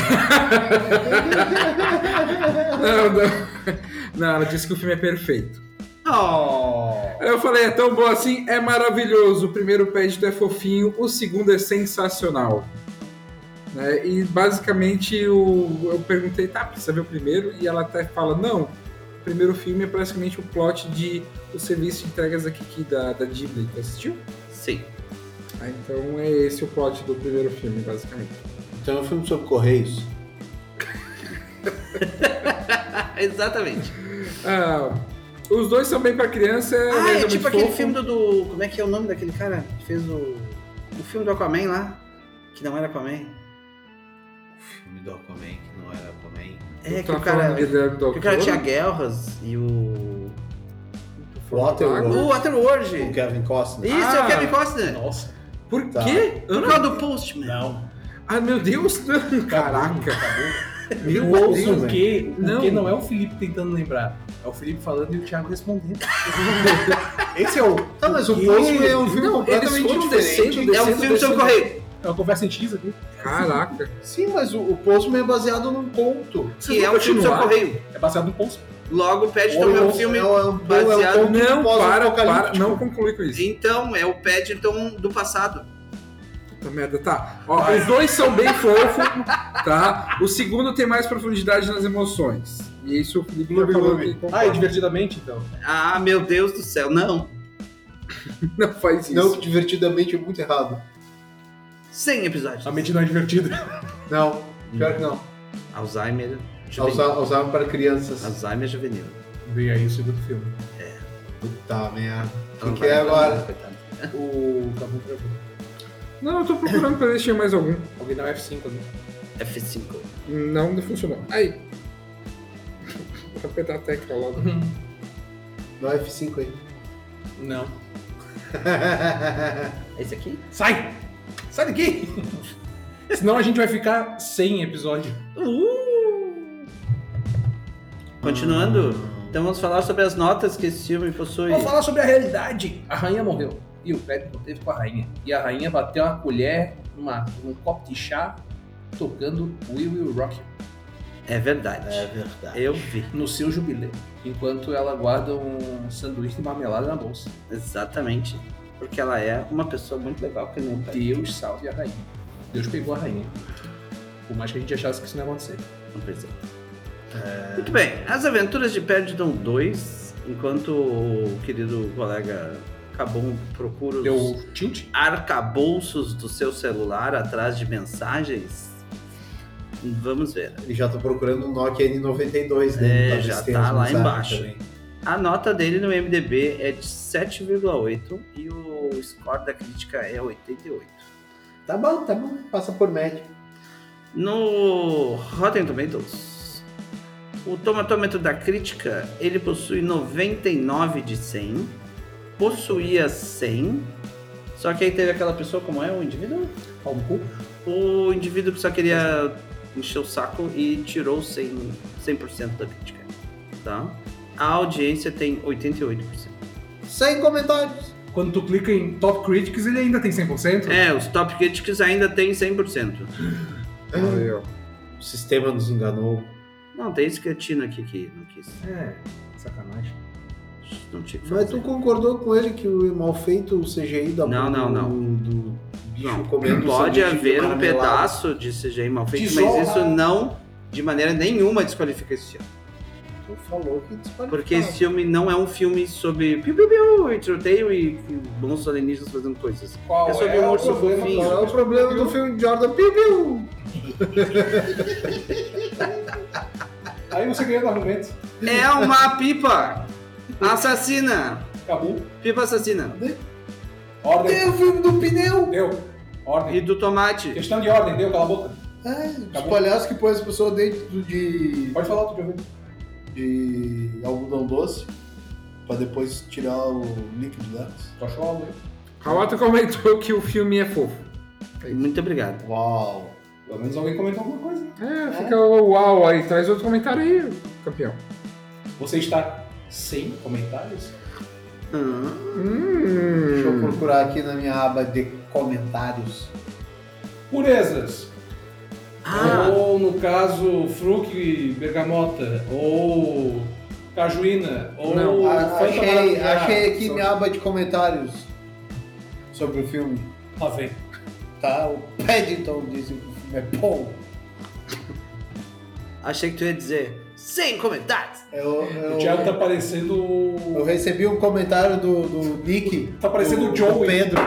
Speaker 6: Não, não. Não, ela disse que o filme é perfeito.
Speaker 10: Oh.
Speaker 6: Aí eu falei, é tão bom assim, é maravilhoso. O primeiro Paddington é fofinho, o segundo é sensacional. Né? E basicamente eu, eu perguntei, tá, precisa ver o primeiro? E ela até fala, não, o primeiro filme é praticamente o plot de o serviço de entregas da Kiki da, da Ghibli. Você assistiu?
Speaker 10: Sim.
Speaker 6: Ah, então é esse o plot do primeiro filme, basicamente.
Speaker 9: Então é um filme sobre Correios.
Speaker 10: Exatamente.
Speaker 6: Ah, os dois são bem pra criança.
Speaker 10: Ah, é
Speaker 6: levemente
Speaker 10: tipo aquele
Speaker 6: fofo.
Speaker 10: filme do, do- Como é que é o nome daquele cara que fez o. O filme do Aquaman lá? Que não era Aquaman.
Speaker 9: filme do Aquaman que não era Aquaman.
Speaker 6: Tu
Speaker 10: É, que
Speaker 6: tá
Speaker 10: o cara.
Speaker 6: falando de Guilherme Del
Speaker 10: Que o cara
Speaker 6: Toro?
Speaker 10: tinha guerras e o.
Speaker 9: Waterworld.
Speaker 10: O Waterworld.
Speaker 9: O Kevin Costner.
Speaker 10: Isso, é
Speaker 6: Ah.
Speaker 10: o Kevin Costner.
Speaker 3: Nossa.
Speaker 6: Por
Speaker 9: Tá.
Speaker 6: quê?
Speaker 10: Por causa do Postman.
Speaker 3: Não.
Speaker 6: Ah, meu Deus! Caraca! Meu
Speaker 3: Eu ouço
Speaker 6: Deus!
Speaker 3: o que
Speaker 6: Não.
Speaker 3: não. não é o Felipe tentando lembrar. É o Felipe falando e o Thiago respondendo. Esse é o.
Speaker 9: Tá, mas o
Speaker 3: quê?
Speaker 9: Postman é um filme
Speaker 6: Não, eles
Speaker 9: completamente
Speaker 6: foram
Speaker 9: diferente.
Speaker 6: descendo, descendo,
Speaker 10: é um filme sobre
Speaker 6: descendo.
Speaker 10: correio.
Speaker 3: É uma conversa em X aqui.
Speaker 6: Caraca!
Speaker 9: Sim, mas o, o Postman é baseado num conto.
Speaker 10: Que é um filme sobre
Speaker 6: continuar?
Speaker 10: correio.
Speaker 3: É baseado no Postman.
Speaker 10: Logo, Paddington
Speaker 9: Ou
Speaker 10: é um
Speaker 9: não,
Speaker 10: filme
Speaker 9: é um- é um
Speaker 10: baseado.
Speaker 9: conto
Speaker 6: Não, para, para,
Speaker 9: pós-apocalíptico.
Speaker 6: não conclui com isso.
Speaker 10: Então, é o Paddington do então, passado.
Speaker 1: Puta merda, tá. Ó, os dois são bem fofos, tá? O segundo tem mais profundidade nas emoções. E isso o Felipe já falou que
Speaker 3: Ah,
Speaker 1: concorda.
Speaker 3: é divertidamente então.
Speaker 10: Ah, meu Deus do céu, não.
Speaker 1: Não faz isso.
Speaker 9: Não, que divertidamente é muito errado.
Speaker 10: 100 episódios.
Speaker 3: A mente não é divertida.
Speaker 9: Não, pior que não.
Speaker 10: Hum, Alzheimer.
Speaker 9: Alza- Alzheimer para crianças.
Speaker 10: Alzheimer juvenil.
Speaker 3: Veio aí o segundo filme.
Speaker 9: Puta Tá, merda. O
Speaker 10: Não
Speaker 9: que
Speaker 10: Então, vai
Speaker 9: é
Speaker 10: entrar,
Speaker 9: agora?
Speaker 10: não, coitado.
Speaker 3: O Cabu gravou.
Speaker 1: Não, eu tô procurando pra ver se tinha mais algum.
Speaker 3: Alguém dá um F5 ali.
Speaker 10: F5.
Speaker 1: Não, não funcionou. Aí. Vou apertar a tecla logo.
Speaker 9: Dá um F5 aí.
Speaker 3: Não.
Speaker 10: É esse aqui?
Speaker 3: Sai! Sai daqui! Senão a gente vai ficar sem episódio.
Speaker 10: Continuando,
Speaker 9: Hum.
Speaker 10: então vamos falar sobre as notas que esse filme possui.
Speaker 11: Vamos falar sobre a realidade. A rainha morreu. E o Paddington teve com a rainha. E a rainha bateu uma colher numa, num copo de chá tocando We Will Rock You
Speaker 10: É verdade.
Speaker 9: É verdade.
Speaker 10: Eu vi.
Speaker 11: no seu jubileu. Enquanto ela guarda um sanduíche de marmelada na bolsa.
Speaker 10: Exatamente. Porque ela é uma pessoa muito legal, que nem o pai.
Speaker 11: Deus salve a rainha. Deus pegou a rainha. Por mais que a gente achasse que isso não ia acontecer. É.
Speaker 10: Não precisa. Muito bem, As Aventuras de Paddington 2, enquanto o querido colega Cabum procura os
Speaker 11: Deu tilt?
Speaker 10: arcabouços do seu celular atrás de mensagens, vamos ver.
Speaker 9: E já tô procurando um Nokia N92
Speaker 10: É,
Speaker 9: dele. talvez
Speaker 10: já
Speaker 9: tenha
Speaker 10: tá
Speaker 9: usado
Speaker 10: lá embaixo.
Speaker 9: também.
Speaker 10: A nota dele no MDB é de 7,8 e o score da crítica é 88.
Speaker 9: Tá bom, tá bom. Passa por médio.
Speaker 10: No Rotten Tomatoes, o tomatômetro da crítica, ele possui 99 de 100, possuía 100, só que aí teve aquela pessoa, como é o indivíduo?
Speaker 3: Pau no cu.
Speaker 10: O indivíduo que só queria encher o saco e tirou 100, 100% da crítica, tá? A audiência tem 88%.
Speaker 9: Sem comentários.
Speaker 3: Quando tu clica em Top Critics, ele ainda tem 100%?
Speaker 10: É, os top critics ainda tem 100%.
Speaker 1: Aí, ó.
Speaker 9: É. O sistema nos enganou.
Speaker 10: Não, tem esse cretino aqui que não quis,
Speaker 3: É, sacanagem.
Speaker 10: não tinha que
Speaker 9: Mas
Speaker 10: fazer.
Speaker 9: tu concordou com ele que o mal feito o CGI da
Speaker 10: Não,
Speaker 9: do-
Speaker 10: não, não.
Speaker 9: do bicho
Speaker 10: Não,
Speaker 9: comendo
Speaker 10: Pode
Speaker 9: sanduíche de
Speaker 10: haver um
Speaker 9: marmelada.
Speaker 10: pedaço de CGI mal feito,
Speaker 9: Desonra.
Speaker 10: mas isso não, de maneira nenhuma, desqualifica esse filme.
Speaker 9: Tu falou que desqualificava.
Speaker 10: Porque esse filme não é um filme sobre piu piu piu e tiroteio e e bons alienígenas fazendo coisas.
Speaker 3: Qual
Speaker 10: é sobre um urso fofinho.
Speaker 9: Qual é o problema do filme de Jordan Peele?
Speaker 3: Aí você ganhou do argumento.
Speaker 10: É uma pipa assassina.
Speaker 3: Acabou.
Speaker 10: Pipa assassina.
Speaker 3: Ordem.
Speaker 9: É o filme do pneu.
Speaker 3: Deu. Ordem.
Speaker 10: E do tomate.
Speaker 3: Questão de ordem, deu, cala a boca.
Speaker 9: É, os
Speaker 3: Acabou.
Speaker 9: palhaços que põem as pessoas dentro de,
Speaker 3: Pode falar, tu já ouviu.
Speaker 9: de algodão doce pra depois tirar o líquido delas.
Speaker 3: Tu achou algo aí?
Speaker 1: Kawata comentou que o filme é fofo.
Speaker 10: Muito obrigado.
Speaker 9: Uau!
Speaker 3: Pelo menos alguém comentou alguma coisa.
Speaker 1: É, fica o uau aí. Traz outro comentário aí, campeão.
Speaker 3: Você está sem comentários?
Speaker 10: Ah,
Speaker 9: Deixa eu
Speaker 1: Hum.
Speaker 9: procurar aqui na minha aba de comentários.
Speaker 3: Purezas.
Speaker 10: Ah,
Speaker 3: Ou, no caso, fruque, bergamota, ou cajuína, ou
Speaker 1: Não,
Speaker 9: Ah,
Speaker 3: fanta
Speaker 9: achei,
Speaker 3: maracujá.
Speaker 9: achei aqui
Speaker 3: Só-
Speaker 9: minha aba de comentários sobre o filme.
Speaker 3: Lá vem.
Speaker 9: Tá? O Paddington disse que o filme é bom.
Speaker 10: achei que tu ia dizer sem comentários.
Speaker 9: Eu,
Speaker 3: O
Speaker 9: eu,
Speaker 3: Thiago tá parecendo
Speaker 9: eu
Speaker 3: o...
Speaker 9: recebi um comentário do, do Nick.
Speaker 3: Tá parecendo
Speaker 9: do-
Speaker 3: o John
Speaker 9: do
Speaker 3: Wayne.
Speaker 9: Pedro.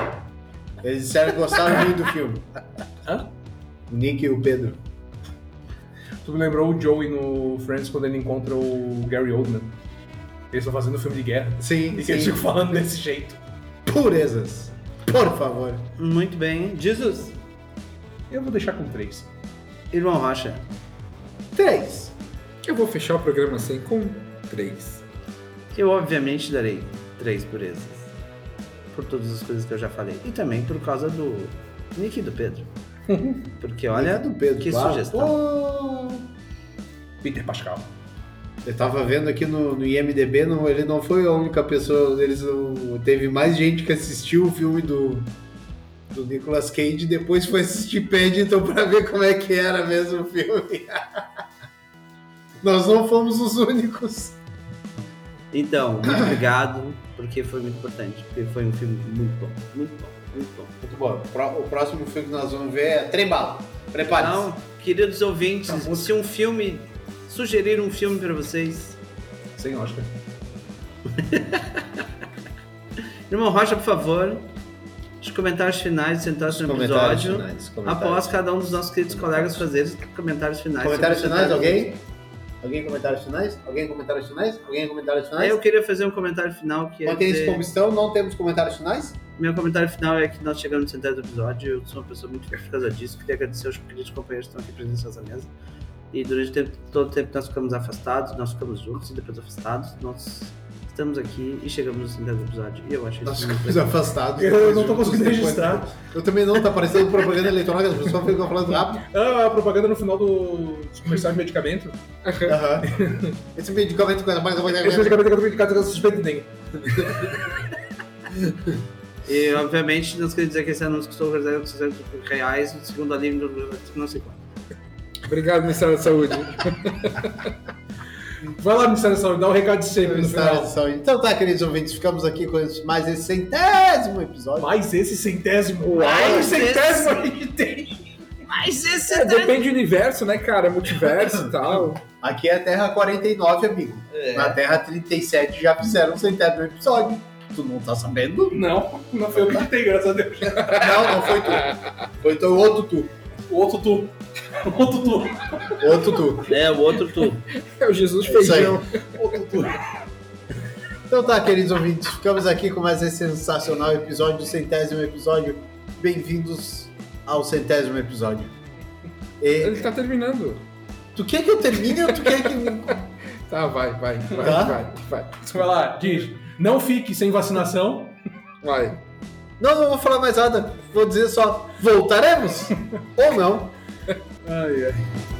Speaker 9: Eles disseram que gostaram muito do filme. O Nick e o Pedro.
Speaker 3: Tu me lembrou o Joey no Friends quando ele encontra o Gary Oldman. Eles estão fazendo filme de guerra.
Speaker 9: Sim,
Speaker 3: E que eles
Speaker 9: sim.
Speaker 3: ficam falando desse jeito.
Speaker 9: Purezas. Por favor.
Speaker 10: Muito bem. Jesus,
Speaker 3: Eu vou deixar com três.
Speaker 10: irmão Rocha.
Speaker 9: Três.
Speaker 1: Eu vou fechar o programa assim com três.
Speaker 10: Eu obviamente darei três purezas. Por todas as coisas que eu já falei. E também por causa do Nick e do Pedro. Porque olha,
Speaker 9: Nick e É do Pedro. tá?
Speaker 10: que
Speaker 9: Bah,
Speaker 10: sugestão.
Speaker 9: pô.
Speaker 3: Peter Pascal.
Speaker 9: Eu tava vendo aqui no, no IMDB, não, ele não foi a única pessoa. Eles não- teve mais gente que assistiu o filme do, do Nicolas Cage e depois foi assistir Paddington pra ver como é que era mesmo o filme. Nós não fomos os únicos.
Speaker 10: Então, muito obrigado, porque foi muito importante. Porque foi um filme muito bom. Muito bom.
Speaker 9: Muito bom. O pró- O próximo filme que nós vamos ver é Trembala. Prepare-se.
Speaker 10: Então, queridos ouvintes, se um filme. Sugerir um filme pra vocês.
Speaker 3: Sem Oscar.
Speaker 10: Irmão Rocha, por favor, os comentários finais do centésimo
Speaker 9: comentários
Speaker 10: episódio.
Speaker 9: finais, comentários.
Speaker 10: após cada um dos nossos queridos colegas fazer os comentários finais.
Speaker 9: Comentários
Speaker 10: sobre o
Speaker 9: finais,
Speaker 10: centésimo
Speaker 9: alguém? Alguém comentários finais? Alguém comentários finais? Alguém comentários finais?
Speaker 10: Eu queria fazer um comentário final que é.
Speaker 9: Mantém-se
Speaker 10: dizer-
Speaker 9: como estão, não temos comentários finais?
Speaker 10: Meu comentário final é que nós chegamos no centésimo episódio. Eu sou uma pessoa muito feliz por causa disso. Queria agradecer aos queridos companheiros que estão aqui presentes nessa mesa. E durante o tempo- todo o tempo nós ficamos afastados, nós ficamos juntos e depois afastados. Nós estamos aqui e chegamos no centésimo episódio. E eu acho
Speaker 9: Nós
Speaker 10: isso.
Speaker 9: ficamos afastados.
Speaker 10: Eu não
Speaker 9: tô conseguindo registrar. Eu também não, tá parecendo propaganda eleitoral que as pessoas ficam falando rápido.
Speaker 3: Ah, a propaganda no final do dos comerciais de medicamento.
Speaker 9: Aham. Esse medicamento coisa mais.
Speaker 3: Esse medicamento que eu tô indicado é suspeito de dengue.
Speaker 10: E, obviamente, nós queremos dizer que esse anúncio custou 300 reais, o segundo anime do não sei quanto.
Speaker 6: Obrigado, Ministério da Saúde.
Speaker 3: Vai lá, Ministério da Saúde, dá um recado de
Speaker 9: tá
Speaker 3: sempre. no final.
Speaker 9: Então tá, queridos ouvintes, ficamos aqui com esse- mais esse centésimo episódio.
Speaker 3: Mais esse centésimo.
Speaker 6: Mais esse centésimo
Speaker 9: a gente tem.
Speaker 10: Mas
Speaker 9: tá
Speaker 10: esse
Speaker 6: É, depende do universo, né,
Speaker 1: É
Speaker 6: cara? Multiverso e tal.
Speaker 9: Aqui é a Terra 49, amigo. Na Terra 37 já fizeram um centésimo episódio. Tu não tá sabendo?
Speaker 15: Não, não foi eu que ditei, graças a Deus.
Speaker 9: Não, não foi tu. Foi tu, é outro tu.
Speaker 15: Outro tu. Outro tu.
Speaker 9: Outro tu.
Speaker 10: É, o outro tu.
Speaker 6: É o Jesus
Speaker 9: É isso aí.
Speaker 6: Feijão.
Speaker 9: Então tá, queridos ouvintes, ficamos aqui com mais esse sensacional episódio, o centésimo episódio. Bem-vindos ao centésimo episódio.
Speaker 6: Ele tá terminando.
Speaker 9: Tu quer que eu termine ou tu quer que.
Speaker 6: tá, vai, vai, vai,
Speaker 3: Tá?
Speaker 6: vai, vai.
Speaker 3: Vai lá, diz. Não fique sem vacinação.
Speaker 6: Vai.
Speaker 9: Não, não vou falar mais nada. Vou dizer só, voltaremos ou não.
Speaker 3: Ai, ai.